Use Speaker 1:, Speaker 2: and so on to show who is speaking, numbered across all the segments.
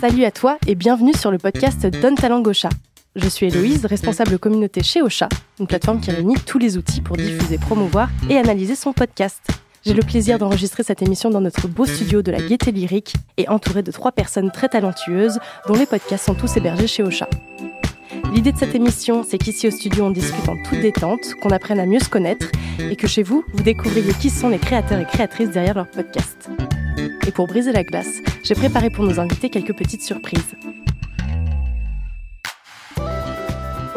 Speaker 1: Salut à toi et bienvenue sur le podcast Donne ta langue au chat. Je suis Héloïse, responsable communauté chez Ocha, une plateforme qui réunit tous les outils pour diffuser, promouvoir et analyser son podcast. J'ai le plaisir d'enregistrer cette émission dans notre beau studio de la Gaieté Lyrique et entouré de trois personnes très talentueuses dont les podcasts sont tous hébergés chez Ocha. L'idée de cette émission, c'est qu'ici au studio, on discute en toute détente, qu'on apprenne à mieux se connaître et que chez vous, vous découvriez qui sont les créateurs et créatrices derrière leur podcast. Et pour briser la glace, j'ai préparé pour nos invités quelques petites surprises.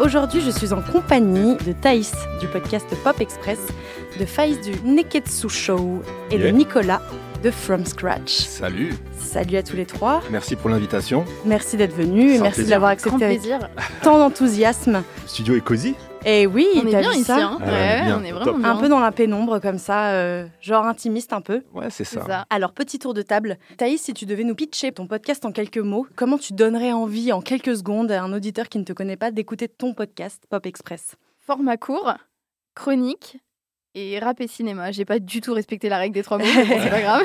Speaker 1: Aujourd'hui, je suis en compagnie de Thaïs du podcast Pop Express, de Faïs du Neketsu Show et
Speaker 2: Yeah.
Speaker 1: de Nicolas de From Scratch.
Speaker 2: Salut,
Speaker 1: Salut à tous les trois.
Speaker 2: merci pour l'invitation.
Speaker 1: Merci d'être venus et
Speaker 2: Sans
Speaker 1: merci de
Speaker 2: plaisir.
Speaker 1: l'avoir
Speaker 3: Grand
Speaker 1: accepté avec
Speaker 3: plaisir.
Speaker 1: tant d'enthousiasme.
Speaker 2: Le studio est cosy.
Speaker 1: Et oui,
Speaker 3: On est
Speaker 1: t'as
Speaker 3: bien
Speaker 1: vu
Speaker 3: ici,
Speaker 1: ça
Speaker 3: hein.
Speaker 2: Ah
Speaker 3: ouais,
Speaker 2: ouais,
Speaker 3: ouais,
Speaker 2: bien,
Speaker 3: on est
Speaker 2: au
Speaker 3: vraiment
Speaker 2: top.
Speaker 3: bien.
Speaker 1: Un peu dans la pénombre comme ça, euh, genre intimiste un peu.
Speaker 2: Ouais, c'est
Speaker 3: C'est
Speaker 2: ça.
Speaker 3: ça.
Speaker 1: Alors, petit tour de table. Thaïs, si tu devais nous pitcher ton podcast en quelques mots, comment tu donnerais envie en quelques secondes à un auditeur qui ne te connaît pas d'écouter ton podcast Pop Express
Speaker 3: Format court, chronique et rap et cinéma. J'ai pas du tout respecté la règle des trois mots, mais bon, c'est pas grave.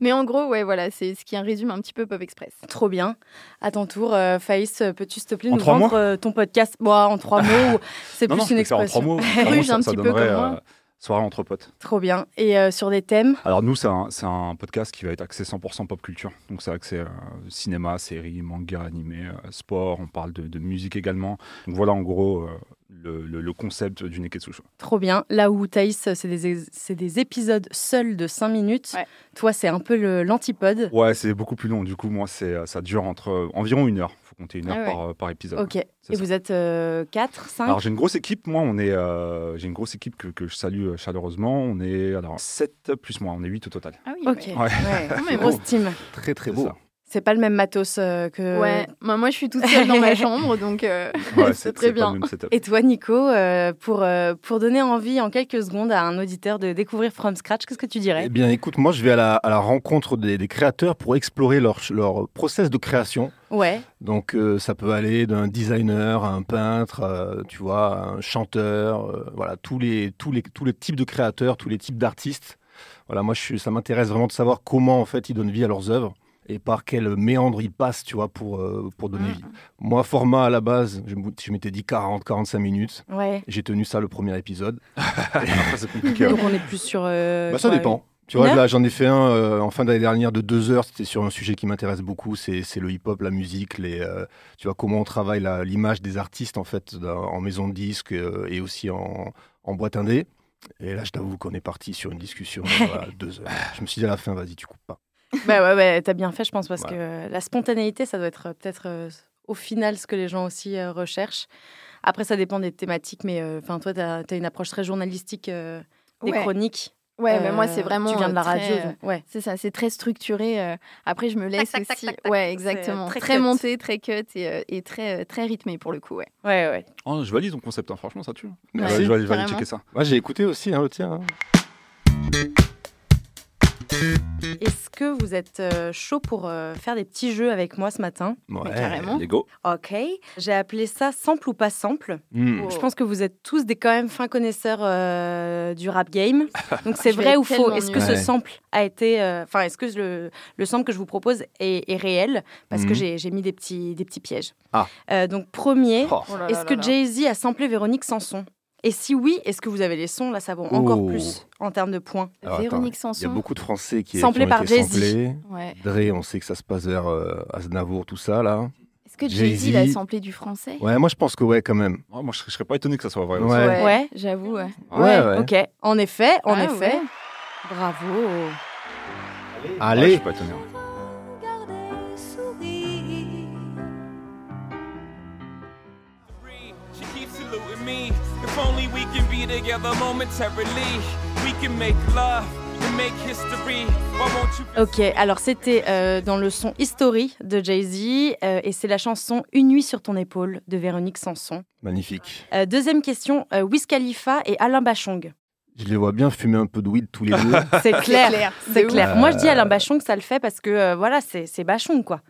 Speaker 3: mais en gros, ouais, voilà, c'est ce qui en résume un petit peu Pop Express.
Speaker 1: Trop bien. À ton tour, euh, Faïs, euh, peux-tu s'il te plaît
Speaker 2: En
Speaker 1: nous
Speaker 2: trois
Speaker 1: vendre euh, ton podcast Bon, en trois mots, ou- c'est
Speaker 2: Non,
Speaker 1: plus
Speaker 2: non, je
Speaker 1: une
Speaker 2: peux faire en trois
Speaker 1: expression.
Speaker 2: mots.
Speaker 3: Ruge
Speaker 2: ça,
Speaker 3: un
Speaker 2: ça
Speaker 3: petit peu
Speaker 2: donnerait, euh,
Speaker 3: comme moi.
Speaker 2: soirée entre potes.
Speaker 1: Trop bien. Et euh, sur des thèmes
Speaker 2: Alors nous, c'est un, c'est un podcast qui va être axé 100% pop culture. Donc c'est axé euh, cinéma, série, manga, animé, euh, sport. On parle de, de musique également. Donc voilà en gros euh, le, le- le concept du Neketsu Show.
Speaker 1: Trop bien. Là où Thaïs, euh, c'est des, c'est des épisodes seuls de 5 minutes.
Speaker 3: Ouais.
Speaker 1: Toi, c'est un peu le- l'antipode.
Speaker 2: Ouais, c'est beaucoup plus long. Du coup, moi, c'est euh, ça dure entre euh, environ une heure. Faut compter une heure
Speaker 3: Ah ouais.
Speaker 2: par, euh, par épisode.
Speaker 1: Ok. Et
Speaker 2: ça.
Speaker 1: vous êtes euh, 4, 5
Speaker 2: Alors j'ai une grosse équipe, moi on est, euh, j'ai une grosse équipe que, que je salue euh, chaleureusement. On est alors 7 plus moi, on est 8 au total.
Speaker 3: Ah oui.
Speaker 1: Ok.
Speaker 3: Ouais.
Speaker 1: Ouais.
Speaker 3: Quand même.
Speaker 1: Grosse team.
Speaker 2: Très très
Speaker 4: beau.
Speaker 1: C'est pas le même matos euh, que.
Speaker 3: Ouais, bah, moi je suis toute seule dans ma chambre, donc euh,
Speaker 2: Ouais,
Speaker 3: C'est
Speaker 2: c'est
Speaker 3: très
Speaker 2: très
Speaker 3: bien.
Speaker 2: bien.
Speaker 1: Et toi, Nico, euh, pour, euh, pour donner envie en quelques secondes à un auditeur de découvrir From Scratch, qu'est-ce que tu dirais
Speaker 4: Eh bien, écoute, moi, je vais à la, à la rencontre des, des créateurs pour explorer leur, leur process de création.
Speaker 1: Ouais,
Speaker 4: Donc, euh, ça peut aller d'un designer à un peintre, euh, tu vois, à un chanteur, euh, voilà, tous les, tous, les, tous les types de créateurs, tous les types d'artistes. Voilà, moi, je suis, ça m'intéresse vraiment de savoir comment, en fait, ils donnent vie à leurs œuvres et par quel méandre ils passent, tu vois, pour, euh, pour donner
Speaker 3: Mm.
Speaker 4: vie. Moi, format à la base, je, m- je m'étais dit 40, 45 minutes.
Speaker 1: ouais.
Speaker 4: J'ai tenu ça le premier épisode.
Speaker 2: c'est compliqué. hein.
Speaker 1: Donc on est plus sur. euh,
Speaker 4: Bah, ça
Speaker 1: quoi,
Speaker 4: dépend. Tu
Speaker 1: Une
Speaker 4: vois,
Speaker 1: heure
Speaker 4: là, j'en ai fait un euh, en fin d'année dernière de deux heures. C'était sur un sujet qui m'intéresse beaucoup. C'est c'est le hip-hop, la musique, les, euh, tu vois, comment on travaille la- l'image des artistes, en fait, dans- en maison de disque euh, et aussi en, en boîte indé. Et là, je t'avoue qu'on est parti sur une discussion de voilà, deux heures. Je me suis dit à la fin, vas-y, tu coupes pas.
Speaker 1: Bah ouais, ouais, t'as bien fait, je pense, parce que euh, la spontanéité, ça doit être euh, peut-être euh, au final ce que les gens aussi euh, recherchent. Après, ça dépend des thématiques, mais euh, enfin, toi, t'as as une approche très journalistique euh, des
Speaker 3: Ouais.
Speaker 1: chroniques.
Speaker 3: ouais, mais
Speaker 1: Euh,
Speaker 3: moi c'est vraiment.
Speaker 1: Tu viens de la
Speaker 3: euh, très,
Speaker 1: radio,
Speaker 3: euh,
Speaker 1: donc, ouais.
Speaker 3: C'est ça, c'est très structuré. euh, Après, je me laisse
Speaker 1: tac, tac,
Speaker 3: aussi.
Speaker 1: tac, tac.
Speaker 3: Ouais,
Speaker 1: C'est
Speaker 3: exactement.
Speaker 1: euh, très
Speaker 3: Très,
Speaker 1: cut.
Speaker 3: monté, très cut et, euh, et très, euh, très rythmé pour le coup. Ouais.
Speaker 1: Ouais, ouais.
Speaker 2: je valide ton concept, hein, franchement, ça tue.
Speaker 4: Merci.
Speaker 2: je vais aller- je vais aller
Speaker 3: carrément.
Speaker 2: checker ça.
Speaker 4: Moi, j'ai écouté aussi hein, le tien. hein.
Speaker 1: Est-ce que vous êtes euh, chaud pour euh, faire des petits jeux avec moi ce matin
Speaker 4: Ouais.
Speaker 3: carrément.
Speaker 2: Lego.
Speaker 1: Ok. J'ai appelé ça sample ou pas sample.
Speaker 4: Hmm.
Speaker 3: Oh.
Speaker 1: Je pense que vous êtes tous des quand même fins connaisseurs euh, du rap game. Donc c'est
Speaker 3: Je vais
Speaker 1: vrai
Speaker 3: être
Speaker 1: ou faux
Speaker 3: tellement
Speaker 1: Est-ce que
Speaker 4: nulle.
Speaker 1: ce
Speaker 4: Ouais.
Speaker 1: sample a été, euh, enfin est-ce que le, le sample que je vous propose est, est réel Parce que
Speaker 4: Mhm.
Speaker 1: j'ai j'ai mis des petits des petits pièges.
Speaker 4: Ah.
Speaker 1: Euh, donc premier,
Speaker 4: Oh.
Speaker 3: Oh là là
Speaker 1: est-ce que
Speaker 3: là.
Speaker 1: Jay Z a samplé Véronique Sanson Et si oui, est-ce que vous avez les sons Là, ça vaut
Speaker 4: Oh.
Speaker 1: encore plus en termes de points.
Speaker 4: Alors, Ah, attends,
Speaker 3: Véronique
Speaker 4: Il y a
Speaker 3: Sanson.
Speaker 4: beaucoup de Français qui, qui
Speaker 1: Samplé
Speaker 4: ont
Speaker 1: par
Speaker 4: été
Speaker 1: Jay-Z.
Speaker 4: samplés.
Speaker 3: Ouais.
Speaker 4: Dre, on sait que ça se passe vers euh, Aznavour, tout ça, là.
Speaker 3: Est-ce que Jay-Z il a
Speaker 4: Jay-Z.
Speaker 3: samplé du français
Speaker 4: Ouais, moi, je pense que ouais, quand même.
Speaker 2: Oh, moi, je serais, je serais pas étonné que ça soit vrai. hein.
Speaker 4: Ouais.
Speaker 2: aussi.
Speaker 1: Ouais.
Speaker 3: J'avoue. ouais.
Speaker 4: Ouais, ouais.
Speaker 1: Ok. En effet, en
Speaker 3: Ah,
Speaker 1: effet.
Speaker 3: ouais.
Speaker 1: Bravo.
Speaker 2: Ouais, je
Speaker 4: Allez
Speaker 2: suis pas étonné. hein. ouais.
Speaker 5: She keeps saluting me. If only we can be together momentarily, we can make love and make history. Why won't you?
Speaker 1: Ok, alors c'était euh, dans le son History de Jay-Z euh, et c'est la chanson Une nuit sur ton épaule de Véronique Sanson.
Speaker 4: Magnifique.
Speaker 1: Euh, deuxième question, euh, Wiz Khalifa et Alain Bachong.
Speaker 4: Je les vois bien fumer un peu de weed tous les deux.
Speaker 1: C'est clair, c'est
Speaker 3: de ouf.
Speaker 1: clair. Moi je dis
Speaker 2: Euh.
Speaker 1: Alain Bachong, ça le fait parce que euh, voilà, c'est c'est Bachong quoi.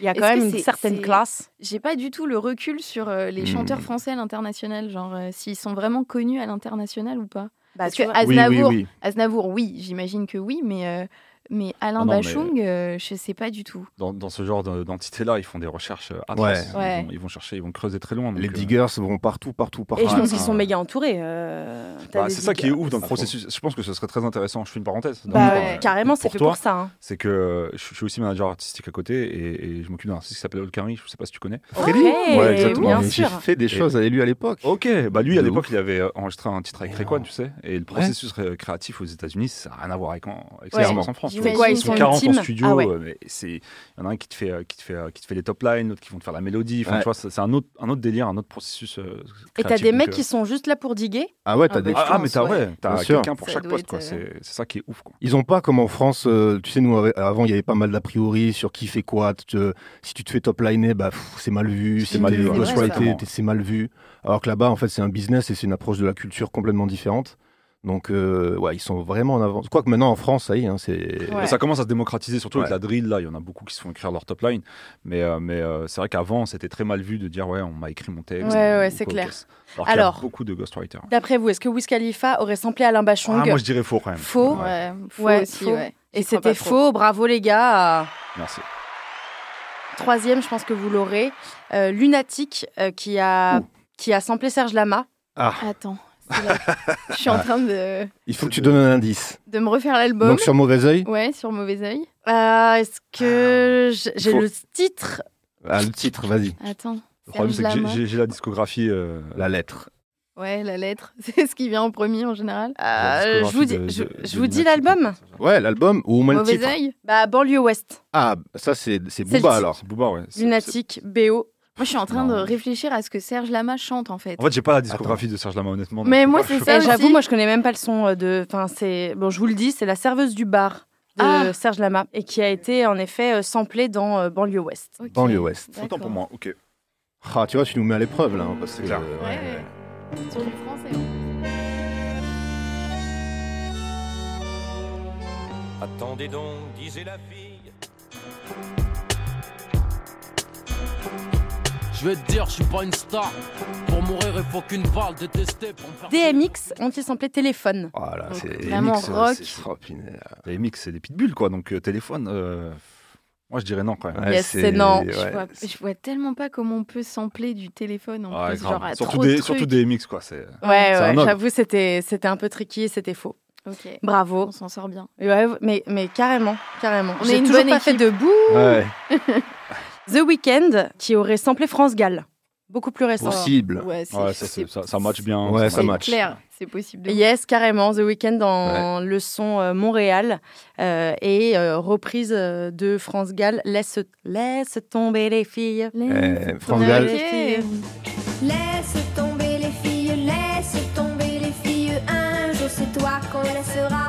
Speaker 1: Il y a quand
Speaker 3: Est-ce que
Speaker 1: même une
Speaker 3: c'est-
Speaker 1: certaine
Speaker 3: c'est-
Speaker 1: classe.
Speaker 3: J'ai pas du tout le recul sur euh, les
Speaker 4: Hmm.
Speaker 3: chanteurs français à l'international, genre euh, s'ils sont vraiment connus à l'international ou pas.
Speaker 1: Bah,
Speaker 3: Parce
Speaker 1: tu
Speaker 3: que
Speaker 1: vois,
Speaker 4: oui, oui,
Speaker 3: Aznavour,
Speaker 4: oui.
Speaker 3: Aznavour, oui, j'imagine que oui, mais, euh, Mais Alain
Speaker 4: Ah
Speaker 2: Non, non, mais-
Speaker 3: Bachung, euh, je sais pas du tout.
Speaker 2: Dans, dans ce genre de- d'entité-là, ils font des recherches euh, atroces. Ils,
Speaker 3: Ouais.
Speaker 2: Vont, ils vont chercher, ils vont creuser très loin. donc,
Speaker 4: Les
Speaker 2: euh,
Speaker 4: diggers vont partout, partout, partout. Ah,
Speaker 1: Et je pense
Speaker 2: ouais.
Speaker 1: qu'ils sont méga entourés. euh, t'as
Speaker 2: bah,
Speaker 1: des
Speaker 2: c'est ça qui est
Speaker 1: diggers.
Speaker 2: ouf dans le
Speaker 4: Ça,
Speaker 2: processus. Je pense que ce serait très intéressant. Je fais une parenthèse. dans
Speaker 1: Bah
Speaker 2: le-
Speaker 1: ouais,
Speaker 2: euh,
Speaker 1: carrément, c'est
Speaker 2: pour
Speaker 1: fait
Speaker 2: toi,
Speaker 1: pour ça. hein.
Speaker 2: C'est que euh, je je suis aussi manager artistique à côté et, et je m'occupe d'un artiste qui s'appelle Olkari. Je sais pas si tu connais.
Speaker 1: Freddy
Speaker 4: Ouais,
Speaker 1: Ouais,
Speaker 4: exactement. Oh.
Speaker 1: bien
Speaker 4: Mais
Speaker 1: sûr.
Speaker 4: J'ai fait des choses avec lui à l'époque.
Speaker 2: Ok, bah lui à
Speaker 4: De
Speaker 2: l'époque il avait euh, enregistré un titre avec
Speaker 4: Mais
Speaker 2: Rayquan,
Speaker 4: non.
Speaker 2: tu sais, et le processus ré- créatif aux États-Unis ça n'a rien à voir avec, en, avec ce
Speaker 1: Ouais.
Speaker 2: qui se passe en France. tu
Speaker 1: C'est
Speaker 2: vois.
Speaker 1: quoi, ils
Speaker 2: ils sont
Speaker 1: sont
Speaker 2: 40 en
Speaker 1: ultimes
Speaker 2: studio,
Speaker 1: Ah ouais.
Speaker 2: euh, mais c'est il y en a un qui te fait euh, qui te fait euh, qui te fait les top lines, l'autre qui vont te faire la mélodie. Enfin,
Speaker 4: Ouais.
Speaker 2: tu vois, c'est c'est un autre un autre délire, un autre processus. euh,
Speaker 1: Et t'as
Speaker 2: créatif,
Speaker 1: des
Speaker 2: donc,
Speaker 1: mecs
Speaker 2: euh,
Speaker 1: qui sont juste là pour diguer.
Speaker 4: Ah ouais, t'as
Speaker 3: Ah
Speaker 4: des...
Speaker 2: ah, ah, mais
Speaker 3: France,
Speaker 2: t'as
Speaker 3: ouais.
Speaker 2: ouais, t'as
Speaker 4: Bien sûr.
Speaker 2: quelqu'un pour
Speaker 3: Ça
Speaker 2: chaque
Speaker 3: doit
Speaker 2: poste
Speaker 3: être,
Speaker 2: quoi.
Speaker 3: euh,
Speaker 2: C'est c'est ça qui est ouf quoi.
Speaker 4: Ils ont pas comme en France, euh, tu sais, nous av- avant il y avait pas mal d'a priori sur qui fait quoi. Tu te- si tu te fais top liner, bah, pff, c'est mal vu,
Speaker 2: C'est mal vu,
Speaker 4: t'es
Speaker 2: ouais,
Speaker 4: ghostwriter,
Speaker 2: exactement.
Speaker 4: t'es- c'est mal vu. Alors que là-bas, en fait, c'est un business et c'est une approche de la culture complètement différente. Donc, euh, ouais, ils sont vraiment en avance. Quoique maintenant en France, ça y est, hein, c'est.
Speaker 1: Ouais.
Speaker 2: Mais Ça commence à se démocratiser, surtout avec
Speaker 4: Ouais.
Speaker 2: la drill. Là, il y en a beaucoup qui se font écrire leur top line. Mais, euh, mais euh, c'est vrai qu'avant, c'était très mal vu de dire Ouais, on m'a écrit mon texte.
Speaker 1: Ouais,
Speaker 2: ou-
Speaker 1: ouais,
Speaker 2: ou
Speaker 1: c'est
Speaker 2: quoi,
Speaker 1: clair.
Speaker 2: Alors, qu'il y a
Speaker 1: Alors-
Speaker 2: beaucoup de ghostwriters.
Speaker 1: D'après vous, est-ce que Wiz Khalifa aurait samplé Alain Bachung
Speaker 2: Ah, moi, je dirais faux quand même.
Speaker 1: Faux.
Speaker 2: Ouais,
Speaker 3: Ouais, faux
Speaker 1: Ouais,
Speaker 3: aussi,
Speaker 1: faux.
Speaker 3: ouais.
Speaker 1: Et
Speaker 3: J'y crois pas
Speaker 1: c'était
Speaker 3: trop.
Speaker 1: faux, bravo les gars.
Speaker 2: Merci.
Speaker 1: Troisième, je pense que vous l'aurez, euh, Lunatic euh, qui a
Speaker 4: Ouh.
Speaker 1: qui a samplé Serge Lama.
Speaker 3: Attends, c'est là- je suis en train de,
Speaker 4: Il faut que tu donnes un indice.
Speaker 3: de me refaire l'album.
Speaker 4: Donc sur mauvais oeil,
Speaker 3: Ouais, sur Mauvais Oeil.
Speaker 1: Euh, est-ce que
Speaker 2: Ah.
Speaker 1: j- j'ai
Speaker 4: Faut-
Speaker 1: le titre
Speaker 4: ah, le titre, vas-y,
Speaker 3: Attends.
Speaker 2: Le problème, c'est que j'ai-
Speaker 3: Lama.
Speaker 2: j'ai- j'ai la discographie. euh,
Speaker 4: la lettre.
Speaker 3: Ouais, la lettre, c'est ce qui vient en premier en général.
Speaker 2: la
Speaker 1: Euh, Je vous dis,
Speaker 2: discographie de-
Speaker 1: je,
Speaker 2: de-
Speaker 1: je
Speaker 2: de
Speaker 1: vous dis
Speaker 2: Lunatic.
Speaker 1: l'album.
Speaker 4: Ouais, l'album ou au moins le
Speaker 3: Mauvais
Speaker 4: titre.
Speaker 3: Oeil
Speaker 1: Bah banlieue ouest.
Speaker 4: Ah, ça c'est
Speaker 1: C'est
Speaker 4: c'est
Speaker 1: le
Speaker 4: Booba
Speaker 1: titre.
Speaker 4: alors.
Speaker 2: C'est Booba, ouais. C'est-
Speaker 1: Lunatic, BO.
Speaker 3: Moi, je suis en train
Speaker 2: Non.
Speaker 3: de réfléchir à ce que Serge Lama chante en fait.
Speaker 2: c'est- En fait, j'ai pas la discographie de Serge Lama, honnêtement. donc
Speaker 3: Mais
Speaker 2: je peux
Speaker 3: moi,
Speaker 2: pas-
Speaker 3: c'est
Speaker 2: je peux
Speaker 3: ça
Speaker 1: Et
Speaker 2: pas-
Speaker 3: aussi.
Speaker 1: j'avoue, moi je connais même pas le son euh, de. Enfin c'est bon, je vous le dis, c'est la serveuse du bar de
Speaker 3: Ah.
Speaker 1: Serge Lama et qui a été en effet euh, samplée dans euh, banlieue ouest.
Speaker 3: Ok,
Speaker 4: Banlieue ouest.
Speaker 2: Autant pour
Speaker 3: d'accord.
Speaker 2: moi, ok.
Speaker 4: Ah, tu vois, tu nous mets à l'épreuve là, hein, parce que
Speaker 2: C'est clair.
Speaker 4: euh,
Speaker 3: Ouais, ouais. Sur du français. hein.
Speaker 5: Attendez donc, disait la fille.
Speaker 6: Je vais te dire, je suis pas une star. Pour mourir, il faut qu'une balle détestée pour me faire.
Speaker 1: DMX ont ils samplé téléphone.
Speaker 4: ah, là,
Speaker 3: Donc,
Speaker 4: c'est
Speaker 3: vraiment
Speaker 4: Mix, euh,
Speaker 3: rock.
Speaker 4: c'est- oh, punaise.
Speaker 2: Les mix, c'est des pitbulls, quoi. Donc, euh, téléphone. euh, Moi, je dirais non quand même.
Speaker 4: Ouais,
Speaker 1: Yes, c'est non.
Speaker 4: ouais.
Speaker 3: Je, vois, je vois tellement pas comment on peut sampler du téléphone en
Speaker 2: Ouais,
Speaker 3: plus. Genre, à
Speaker 2: grave. Surtout
Speaker 3: trop de
Speaker 2: des-
Speaker 3: trucs.
Speaker 2: Surtout des mix, quoi. c'est-
Speaker 1: Ouais,
Speaker 2: C'est un
Speaker 1: ouais,
Speaker 2: homme.
Speaker 1: j'avoue, c'était c'était un peu tricky et c'était faux.
Speaker 3: Ok,
Speaker 1: Bravo.
Speaker 3: on s'en sort bien.
Speaker 1: Ouais, mais, mais carrément, carrément.
Speaker 3: On est
Speaker 1: J'ai
Speaker 3: une
Speaker 1: toujours
Speaker 3: bonne
Speaker 1: pas fait debout.
Speaker 4: Ouais,
Speaker 1: The Weeknd, qui aurait samplé France Gall. Beaucoup plus récent.
Speaker 4: possible.
Speaker 3: Ouais, c'est-
Speaker 2: Ouais, ça, c'est-
Speaker 3: c'est-
Speaker 2: ça ça match bien.
Speaker 4: Ouais, ça
Speaker 3: c'est
Speaker 4: match.
Speaker 3: clair, c'est possible. de-
Speaker 1: Yes, carrément. The Weeknd dans le son euh, Montréal euh, et euh, reprise euh, de France Gall. Laisse, laisse tomber les filles.
Speaker 4: Euh, France
Speaker 3: Ok.
Speaker 4: Gall.
Speaker 7: Laisse tomber les filles, laisse tomber les filles. Un jour c'est toi qu'on laissera.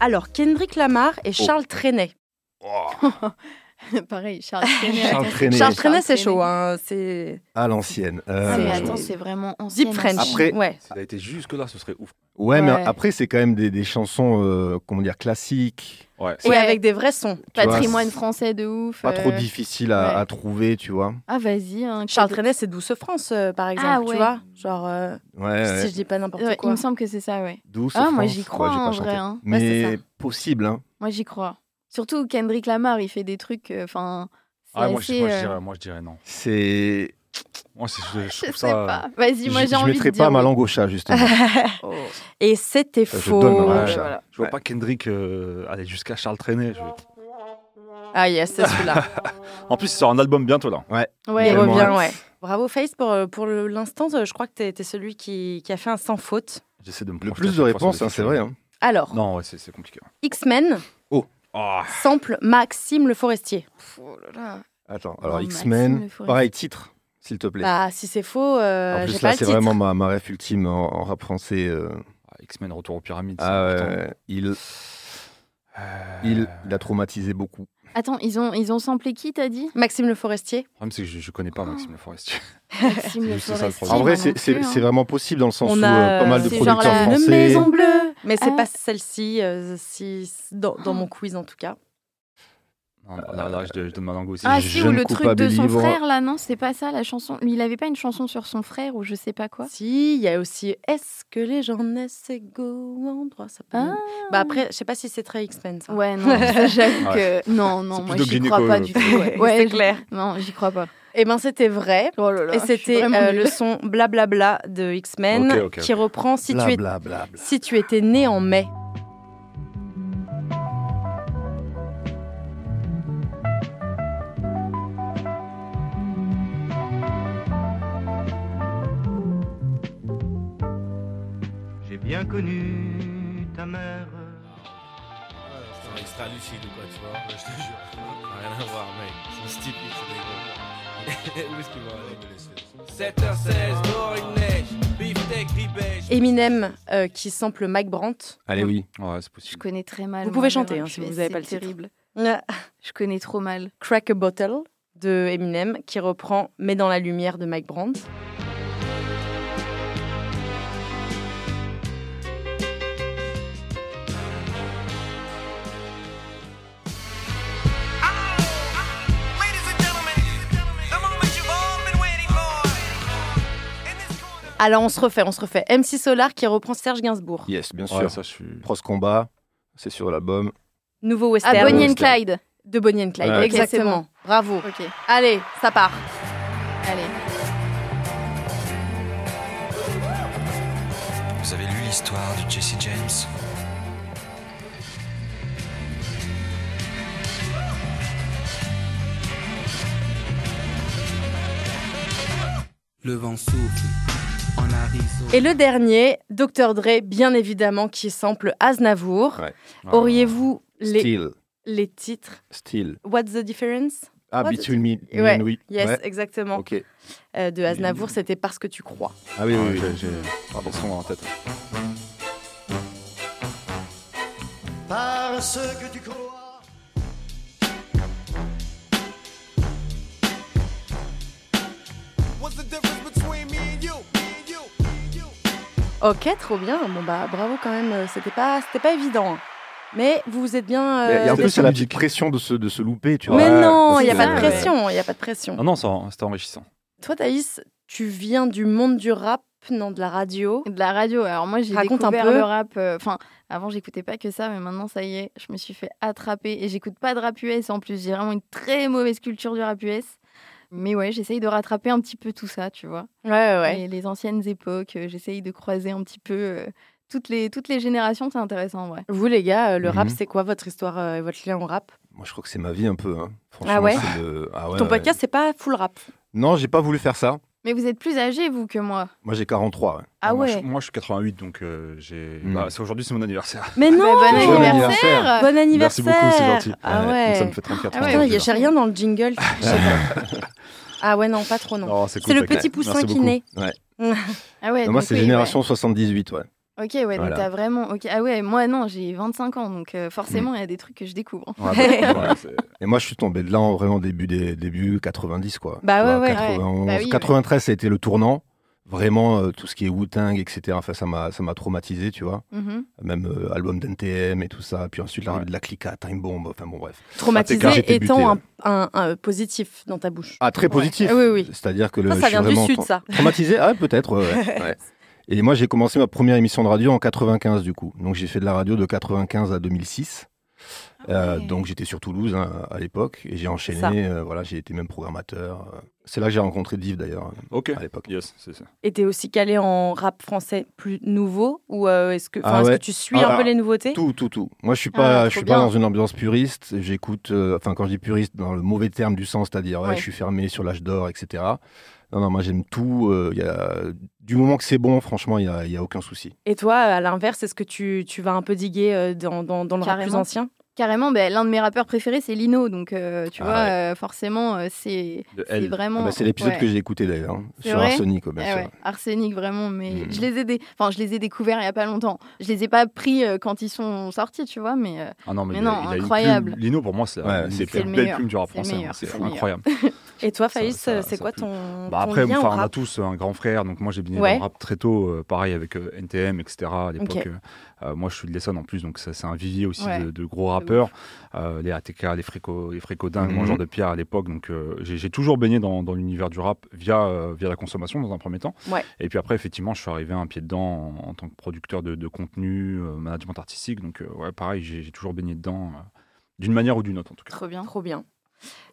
Speaker 1: Alors, Kendrick Lamar et
Speaker 4: Oh.
Speaker 1: Charles Trenet.
Speaker 3: Pareil, Charles Trenet.
Speaker 4: Charles
Speaker 3: attends.
Speaker 4: Trenet.
Speaker 1: Charles
Speaker 3: Charles
Speaker 1: Trenet, c'est
Speaker 3: Trenet.
Speaker 1: chaud. hein, C'est
Speaker 4: à l'ancienne. Euh,
Speaker 3: Ah, mais
Speaker 1: Euh,
Speaker 3: attends, c'est vraiment ancien.
Speaker 1: Deep French.
Speaker 3: ancien.
Speaker 4: Après-
Speaker 1: Ouais.
Speaker 2: S'il a été jusque-là, ce serait ouf.
Speaker 4: ouais, mais
Speaker 3: Ouais.
Speaker 4: après, c'est quand même des, des chansons, euh, comment dire, classiques,
Speaker 2: Ouais.
Speaker 1: Et
Speaker 3: Ouais.
Speaker 1: avec des vrais sons.
Speaker 4: tu vois,
Speaker 3: Patrimoine
Speaker 4: c'est
Speaker 3: français de ouf.
Speaker 4: pas trop
Speaker 3: euh,
Speaker 4: difficiles à,
Speaker 3: ouais.
Speaker 4: à trouver, tu vois.
Speaker 3: Ah, vas-y. hein,
Speaker 1: Charles
Speaker 3: que-
Speaker 1: Trenet, c'est Douce France, euh, par exemple. Tu
Speaker 3: Ah ouais.
Speaker 1: vois Genre, euh,
Speaker 4: Ouais,
Speaker 1: si
Speaker 4: ouais.
Speaker 1: je dis pas n'importe
Speaker 3: Ouais, il
Speaker 1: quoi.
Speaker 3: me semble que c'est ça, ouais.
Speaker 4: douce.
Speaker 3: Ah, moi
Speaker 4: France.
Speaker 3: j'y crois
Speaker 4: Ouais, j'ai pas
Speaker 3: en
Speaker 4: chanté.
Speaker 3: vrai. hein. Ouais, c'est
Speaker 4: Mais
Speaker 3: ça.
Speaker 4: possible, hein.
Speaker 3: Moi j'y crois. Surtout Kendrick Lamar, il fait des trucs. euh, Enfin,
Speaker 2: Ah, moi, je
Speaker 3: c'est
Speaker 2: moi,
Speaker 3: assez.
Speaker 2: je
Speaker 3: euh,
Speaker 2: dirais- moi, je dirais non.
Speaker 4: C'est.
Speaker 2: Moi, c'est- je, je
Speaker 3: Je sais
Speaker 2: trouve ça.
Speaker 3: pas. Vas-y,
Speaker 4: Je,
Speaker 3: moi j'ai
Speaker 4: je
Speaker 3: envie de
Speaker 4: mettrais
Speaker 3: dire. Oh,
Speaker 4: pas ma langue au chat, justement.
Speaker 1: Et c'était
Speaker 4: Ah, je
Speaker 1: faux.
Speaker 4: donne ma langue
Speaker 2: Ouais,
Speaker 4: au chat.
Speaker 3: voilà.
Speaker 2: Je vois
Speaker 4: Ouais.
Speaker 2: pas Kendrick euh, aller jusqu'à Charles Trenet. je-
Speaker 1: Ah yes, c'est celui-là.
Speaker 2: En plus, il sort un album bientôt là.
Speaker 3: oui. Ouais,
Speaker 1: Il
Speaker 4: Vraiment,
Speaker 1: revient,
Speaker 4: hein.
Speaker 1: ouais. Bravo Face, pour, euh, pour le- l'instant, euh, je crois que t'es t'es celui qui, qui a fait un sans faute.
Speaker 2: J'essaie de me
Speaker 4: Le
Speaker 2: projeter à
Speaker 4: plus de
Speaker 2: chaque fois sur
Speaker 4: réponses,
Speaker 2: des
Speaker 4: hein,
Speaker 2: trucs.
Speaker 4: c'est vrai. hein.
Speaker 1: Alors,
Speaker 2: Non, ouais, c'est c'est compliqué.
Speaker 1: X-Men
Speaker 2: Ah,
Speaker 1: sample Maxime Le Forestier.
Speaker 3: Pff, oh là là.
Speaker 4: Attends,
Speaker 3: Non,
Speaker 4: alors
Speaker 3: Maxime Le
Speaker 4: X-Men,
Speaker 3: Forestier.
Speaker 4: pareil, titre, s'il te plaît.
Speaker 1: Bah, si c'est faux, euh,
Speaker 4: en
Speaker 1: j'ai
Speaker 4: plus,
Speaker 1: pas
Speaker 4: là,
Speaker 1: le
Speaker 4: c'est
Speaker 1: titre.
Speaker 4: vraiment ma, ma ref ultime en, en rap français. euh.
Speaker 2: X-Men, retour aux pyramides.
Speaker 4: Ah,
Speaker 2: ça,
Speaker 4: ouais,
Speaker 2: putain.
Speaker 4: ouais. il,
Speaker 2: Euh,
Speaker 4: il, il a traumatisé beaucoup.
Speaker 3: Attends, ils ont, ils ont samplé qui, t'as dit
Speaker 1: Maxime Le Forestier.
Speaker 2: Le problème, c'est que je, je connais pas Maxime Le Forestier.
Speaker 3: Maxime
Speaker 2: C'est
Speaker 3: Le
Speaker 2: juste ça, le
Speaker 3: Forestier,
Speaker 2: problème.
Speaker 4: En
Speaker 2: Si,
Speaker 3: moi
Speaker 4: vrai, c'est
Speaker 3: non
Speaker 4: c'est-
Speaker 3: plus, hein.
Speaker 4: c'est vraiment possible dans le sens
Speaker 1: On
Speaker 4: où
Speaker 1: a,
Speaker 4: euh, pas mal de
Speaker 3: c'est genre
Speaker 4: producteurs
Speaker 3: la-
Speaker 4: français.
Speaker 3: Une maison bleue.
Speaker 1: Mais c'est euh,
Speaker 3: Ah.
Speaker 1: pas celle-ci, euh, si, dans, dans mon quiz en tout cas.
Speaker 2: Non, là, là, je, je donne ma langue aussi.
Speaker 3: Ah
Speaker 4: Je-
Speaker 3: si,
Speaker 4: je
Speaker 3: ou
Speaker 4: ne
Speaker 3: le
Speaker 4: coupe
Speaker 3: truc
Speaker 4: pas
Speaker 3: de
Speaker 4: mes
Speaker 3: son
Speaker 4: livres.
Speaker 3: frère, là, non, c'est pas ça la chanson. Mais il avait pas une chanson sur son frère ou je sais pas quoi.
Speaker 1: Si, il y a aussi Est-ce que les gens naissent égaux en droit ça peut-
Speaker 3: Ah.
Speaker 1: Bah après, je sais pas si c'est très X-Men ça.
Speaker 3: Ouais, non, ça, j'avoue que... Non, non,
Speaker 2: C'est
Speaker 3: moi,
Speaker 2: plutôt
Speaker 3: j'y
Speaker 2: gynéco,
Speaker 3: crois pas
Speaker 2: euh.
Speaker 3: du tout. Ouais, Ouais,
Speaker 1: c'est
Speaker 3: je-
Speaker 1: clair.
Speaker 3: Non, j'y crois pas.
Speaker 1: Et ben c'était vrai.
Speaker 3: Oh là là,
Speaker 1: Et
Speaker 3: je suis
Speaker 1: c'était
Speaker 3: vraiment
Speaker 1: euh,
Speaker 3: nulle.
Speaker 1: le son blablabla de X-Men
Speaker 2: Ok, ok, ok.
Speaker 1: qui reprend si tu, es-
Speaker 4: Blablabla.
Speaker 1: si tu étais né en mai.
Speaker 8: J'ai bien connu ta mère.
Speaker 6: C'est un extra lucide ou quoi, tu vois Je te jure. Rien à voir, mec. Ils sont stupides, ces mecs. Où est-ce qu'ils vont aller
Speaker 5: 7h16, dehors il neige, beefsteak, ribège.
Speaker 1: Eminem euh, qui sample Mike Brandt.
Speaker 4: Allez, oui.
Speaker 2: Ouais, c'est
Speaker 3: Je
Speaker 2: possible.
Speaker 3: connais très mal.
Speaker 1: Vous
Speaker 3: moi,
Speaker 1: pouvez
Speaker 3: le
Speaker 1: chanter,
Speaker 3: rap,
Speaker 1: hein, si
Speaker 3: mais
Speaker 1: vous avez pas
Speaker 3: c'est
Speaker 1: le titre.
Speaker 3: terrible.
Speaker 1: Ah.
Speaker 3: Je connais trop mal.
Speaker 1: Crack a Bottle de Eminem qui reprend Mais dans la lumière de Mike Brandt.
Speaker 5: Ladies and gentlemen, the moment you've all been waiting for. In this corner.
Speaker 1: Alors Ah, on se refait, on se refait. MC Solar qui reprend Serge Gainsbourg.
Speaker 4: Yes, bien
Speaker 2: Ouais,
Speaker 4: sûr.
Speaker 2: ça, je suis.
Speaker 4: Cross Combat, c'est sur l'album.
Speaker 1: Nouveau
Speaker 3: Ah,
Speaker 1: western
Speaker 3: Bonnie and
Speaker 4: Western.
Speaker 3: Clyde.
Speaker 1: de Bonnie and Clyde.
Speaker 4: Ouais. Ok,
Speaker 1: Exactement.
Speaker 3: c'est
Speaker 1: Bravo.
Speaker 3: Ok,
Speaker 1: Allez, ça part.
Speaker 3: allez.
Speaker 9: Vous avez lu l'histoire de Jesse James
Speaker 6: Le vent souffle en Arizona.
Speaker 1: Et le dernier, Dr Dre, bien évidemment, qui sample Aznavour.
Speaker 4: Ouais.
Speaker 1: Auriez-vous les,
Speaker 4: Still.
Speaker 1: les titres
Speaker 4: Still.
Speaker 1: What's the difference
Speaker 4: Ah,
Speaker 1: What?
Speaker 4: Between Me, Me
Speaker 1: Ouais.
Speaker 4: and We.
Speaker 1: Yes,
Speaker 4: Ouais.
Speaker 1: exactement.
Speaker 4: Ok.
Speaker 1: Euh, de Aznavour, c'était parce que tu crois.
Speaker 4: Ah oui,
Speaker 2: Ah,
Speaker 4: oui,
Speaker 2: j'ai-
Speaker 4: oui.
Speaker 2: j'ai j'ai le son dans la tête.
Speaker 8: Parce que tu crois.
Speaker 5: What's the difference between me and you? Me and you? Me and you?
Speaker 1: Ok, trop bien. Bon bah bravo quand même. euh, C'était pas, c'était pas évident. hein. Mais vous vous êtes bien.
Speaker 4: Mais
Speaker 1: euh,
Speaker 4: et en
Speaker 2: c'est
Speaker 4: plus,
Speaker 2: sur
Speaker 4: c'est la
Speaker 2: musique.
Speaker 4: petite pression de se, de se louper, tu vois.
Speaker 1: Mais non, il
Speaker 4: parce
Speaker 1: n'y a
Speaker 4: que-
Speaker 1: pas de
Speaker 3: ouais.
Speaker 1: pression. Il y a pas de pression.
Speaker 2: Ah non, c'est en- c'était enrichissant.
Speaker 1: Toi, Thaïs, tu viens du monde du rap, non de la radio.
Speaker 3: De la radio. Alors moi, j'ai
Speaker 1: Raconte un
Speaker 3: découvert
Speaker 1: peu.
Speaker 3: le rap. euh, Enfin, avant, j'écoutais pas que ça, mais maintenant, ça y est, je me suis fait attraper. Et j'écoute pas de rap US en plus. J'ai vraiment une très mauvaise culture du rap US. Mais ouais, j'essaye de rattraper un petit peu tout ça, tu vois.
Speaker 1: Ouais, ouais. ouais.
Speaker 3: Et les anciennes époques, euh, j'essaye de croiser un petit peu euh, toutes, les, toutes les générations. C'est intéressant, en vrai.
Speaker 1: Vous les gars, euh, le rap,
Speaker 4: Mhm.
Speaker 1: c'est quoi votre histoire euh, et votre lien au rap
Speaker 4: Moi, je crois que c'est ma vie un peu. hein. Franchement,
Speaker 1: Ah ouais
Speaker 4: c'est de- ah ouais,
Speaker 1: Ton
Speaker 4: ouais.
Speaker 1: podcast, c'est pas full rap.
Speaker 4: Non, j'ai pas voulu faire ça.
Speaker 3: Mais vous êtes plus âgés, vous, que moi.
Speaker 4: Moi, j'ai 43. ouais.
Speaker 3: Ah
Speaker 2: moi,
Speaker 3: ouais.
Speaker 2: je, moi, je suis 88, donc euh, j'ai.
Speaker 4: Mm.
Speaker 2: Bah, c'est aujourd'hui, c'est mon anniversaire.
Speaker 1: Mais
Speaker 3: Bah,
Speaker 1: non,
Speaker 3: bon
Speaker 4: Bon
Speaker 3: anniversaire
Speaker 1: Bon
Speaker 2: Merci
Speaker 1: Oh anniversaire
Speaker 2: beaucoup, c'est gentil.
Speaker 1: Ah ouais.
Speaker 2: Donc, ça me fait 34
Speaker 3: Ah ouais.
Speaker 1: Putain,
Speaker 2: ans.
Speaker 1: il y a j'ai rien dans le jingle. je sais pas. ah ouais, non, pas trop, non.
Speaker 2: Non, c'est cool,
Speaker 1: c'est le
Speaker 2: t'inquiète.
Speaker 1: petit poussin
Speaker 2: Merci
Speaker 1: qui
Speaker 2: beaucoup.
Speaker 1: naît.
Speaker 3: Ah ouais,
Speaker 4: Non, moi,
Speaker 3: donc
Speaker 4: c'est
Speaker 3: oui, ouais.
Speaker 4: génération 78, ouais.
Speaker 3: Ok, ouais,
Speaker 4: Voilà.
Speaker 3: donc t'as vraiment. ok Ah ouais, moi non, j'ai 25 ans, donc euh, forcément, il y a des trucs que je découvre.
Speaker 2: Ouais, bah, ouais, c'est-
Speaker 4: Et moi, je suis tombé de là en vraiment début des début 90, quoi.
Speaker 1: Bah
Speaker 4: Tu
Speaker 1: ouais,
Speaker 4: vois,
Speaker 1: ouais,
Speaker 4: 91,
Speaker 3: ouais. Bah oui,
Speaker 4: 93, ça a été le tournant. Vraiment, euh, tout ce qui est Wu-Tang, etc. Enfin, ça m'a, ça m'a traumatisé, tu vois.
Speaker 3: Mhm.
Speaker 4: Même euh, album d'NTM et tout ça. Puis ensuite, l'arrivée
Speaker 2: Ouais.
Speaker 4: de la Clica, Time Bomb. Enfin, bon, bref.
Speaker 1: Traumatisé
Speaker 4: Ah, t'es carré,
Speaker 1: étant
Speaker 4: t'es
Speaker 1: un, un- un, euh, positif dans ta bouche.
Speaker 4: Ah, très positif.
Speaker 1: Ah Oui, oui.
Speaker 4: C'est-à-dire que le.
Speaker 1: Ça,
Speaker 4: je
Speaker 1: ça
Speaker 4: suis
Speaker 1: vient du
Speaker 4: vraiment
Speaker 1: sud,
Speaker 4: tra-
Speaker 1: ça.
Speaker 4: Traumatisé Ah, peut-être, ouais, ouais, ouais. Et moi, j'ai commencé ma première émission de radio en 95, du coup. Donc, j'ai fait de la radio de 95 à 2006. Euh,
Speaker 3: Ah ouais.
Speaker 4: donc j'étais sur Toulouse hein, à l'époque et j'ai
Speaker 1: Ça.
Speaker 4: enchaîné, euh, voilà, j'ai été même programmateur. euh. C'est là que j'ai rencontré Div d'ailleurs
Speaker 2: Ok.
Speaker 4: euh, à l'époque.
Speaker 2: Yes, c'est ça.
Speaker 1: Et t'es aussi calé en rap français plus nouveau Ou euh, est-ce que, enfin,
Speaker 4: Ah
Speaker 1: est-ce
Speaker 4: ouais.
Speaker 1: que tu suis
Speaker 4: Ah,
Speaker 1: un peu
Speaker 4: alors,
Speaker 1: les nouveautés
Speaker 4: Tout, tout, tout. Moi je suis pas,
Speaker 3: Ah,
Speaker 4: je suis
Speaker 3: trop
Speaker 4: pas
Speaker 3: bien.
Speaker 4: dans une ambiance puriste. J'écoute, euh, enfin quand je dis puriste dans le mauvais terme du sens, c'est-à-dire ouais,
Speaker 3: Ouais.
Speaker 4: je suis fermé sur l'âge d'or, etc. Non, non, moi j'aime tout. euh, il y a... Du moment que c'est bon, franchement, il y a, il y a aucun souci.
Speaker 1: Et toi, à l'inverse, est-ce que tu, tu vas un peu diguer euh, dans, dans, dans le rap plus
Speaker 3: Carrément.
Speaker 1: ancien
Speaker 3: Carrément, ben, l'un de mes rappeurs préférés, c'est Lino, donc euh, tu
Speaker 4: Ah
Speaker 3: vois,
Speaker 4: ouais.
Speaker 3: euh, forcément, euh, c'est
Speaker 2: De
Speaker 3: c'est
Speaker 2: L.
Speaker 4: Ah
Speaker 3: vraiment.
Speaker 4: bah, c'est l'épisode
Speaker 3: ouais.
Speaker 4: que j'ai écouté d'ailleurs hein,
Speaker 3: C'est
Speaker 4: sur
Speaker 3: vrai
Speaker 4: Arsenic, quoi, bien
Speaker 3: Eh
Speaker 4: sûr.
Speaker 3: ouais, Arsenic, vraiment, mais
Speaker 4: Mm.
Speaker 3: je les ai dé- enfin, je les ai découverts il n'y a pas longtemps. Je les ai pas pris euh, quand ils sont sortis, tu vois, mais euh,
Speaker 2: Ah non, mais,
Speaker 3: Mais
Speaker 2: il a-
Speaker 3: non,
Speaker 2: il a une
Speaker 3: incroyable.
Speaker 2: plume. Lino, pour moi, c'est
Speaker 4: Ouais,
Speaker 2: l'une
Speaker 4: c'est
Speaker 2: des
Speaker 4: clair.
Speaker 2: plus
Speaker 3: C'est le
Speaker 2: belles
Speaker 3: meilleur.
Speaker 2: plumes du rap
Speaker 3: C'est le
Speaker 2: français. hein.
Speaker 3: meilleur,
Speaker 2: C'est
Speaker 3: c'est le meilleur.
Speaker 2: incroyable.
Speaker 1: Et toi,
Speaker 2: Ça-
Speaker 1: Faïs,
Speaker 2: ça-
Speaker 1: c'est
Speaker 2: ça
Speaker 1: quoi
Speaker 2: pue.
Speaker 1: ton.
Speaker 2: Bah
Speaker 1: ton
Speaker 2: après,
Speaker 1: lien au
Speaker 2: enfin, on a
Speaker 1: rap
Speaker 2: tous un grand frère, donc moi j'ai baigné
Speaker 1: Ouais.
Speaker 2: dans le rap très tôt, euh, pareil avec euh, NTM, etc. À l'époque,
Speaker 1: Ok.
Speaker 2: euh, euh, moi je suis de l'Essonne en plus, donc ça, c'est un vivier aussi
Speaker 3: Ouais.
Speaker 2: de, de gros rappeurs, Euh, les ATK, les Fréco, les Fréco dingues,
Speaker 4: Mhm.
Speaker 2: Mangeurs de Pierre à l'époque, donc euh, j'ai j'ai toujours baigné dans, dans l'univers du rap via, euh, via la consommation dans un premier temps.
Speaker 1: Ouais.
Speaker 2: Et puis après, effectivement, je suis arrivé un pied dedans en, en tant que producteur de, de contenu, euh, management artistique, donc euh, ouais, pareil, j'ai j'ai toujours baigné dedans, euh, d'une manière ou d'une autre en tout cas.
Speaker 3: Trop bien.
Speaker 1: Trop bien.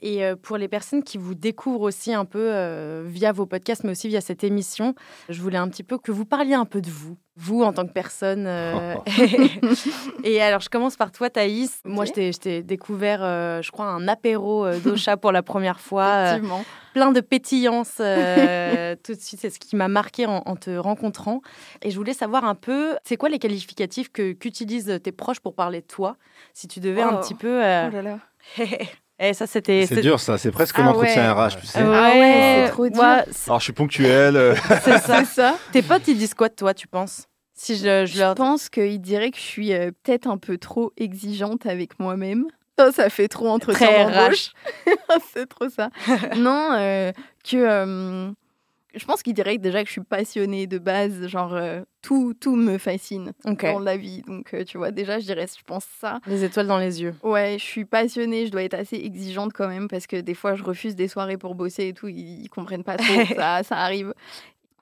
Speaker 1: Et euh, pour les personnes qui vous découvrent aussi un peu euh, via vos podcasts, mais aussi via cette émission, je voulais un petit peu que vous parliez un peu de vous, vous en tant que personne. euh, et alors, je commence par toi, Thaïs. Moi,
Speaker 3: Ok.
Speaker 1: je t'ai- je t'ai découvert, euh, je crois, un apéro euh, d'Ocha pour la première fois. euh,
Speaker 3: Effectivement.
Speaker 1: plein de pétillance euh, tout de suite. C'est ce qui m'a marqué en, en te rencontrant. Et je voulais savoir un peu, c'est quoi les qualificatifs que qu'utilisent tes proches pour parler de toi Si tu devais un
Speaker 3: Oh.
Speaker 1: petit peu. euh,
Speaker 3: Oh là là.
Speaker 1: Eh, ça, c'était.
Speaker 4: C'est dur ça, c'est presque
Speaker 3: Ah
Speaker 4: l'entretien
Speaker 3: ouais.
Speaker 4: RH, tu sais.
Speaker 1: Ouais,
Speaker 3: Ah ouais, c'est trop dur.
Speaker 1: ouais, c'est-
Speaker 2: Alors je suis ponctuel, euh,
Speaker 1: c'est ça.
Speaker 3: C'est ça.
Speaker 1: Tes potes, ils disent quoi de toi, tu penses Si je, je
Speaker 3: Je
Speaker 1: leur.
Speaker 3: pense qu'il dirait que je suis euh, peut-être un peu trop exigeante avec moi-même. Ça, ça fait trop
Speaker 1: Très
Speaker 3: entretien d'embauche. c'est trop ça. non, euh, que euh, je pense qu'il dirait que déjà que je suis passionnée de base, genre euh, tout, tout me fascine
Speaker 1: Ok.
Speaker 3: dans la vie. Donc euh, tu vois, déjà, je dirais, je pense ça.
Speaker 1: Les étoiles dans les yeux.
Speaker 3: Ouais, je suis passionnée, je dois être assez exigeante quand même parce que des fois je refuse des soirées pour bosser et tout, ils, ils comprennent pas trop, ça, ça arrive.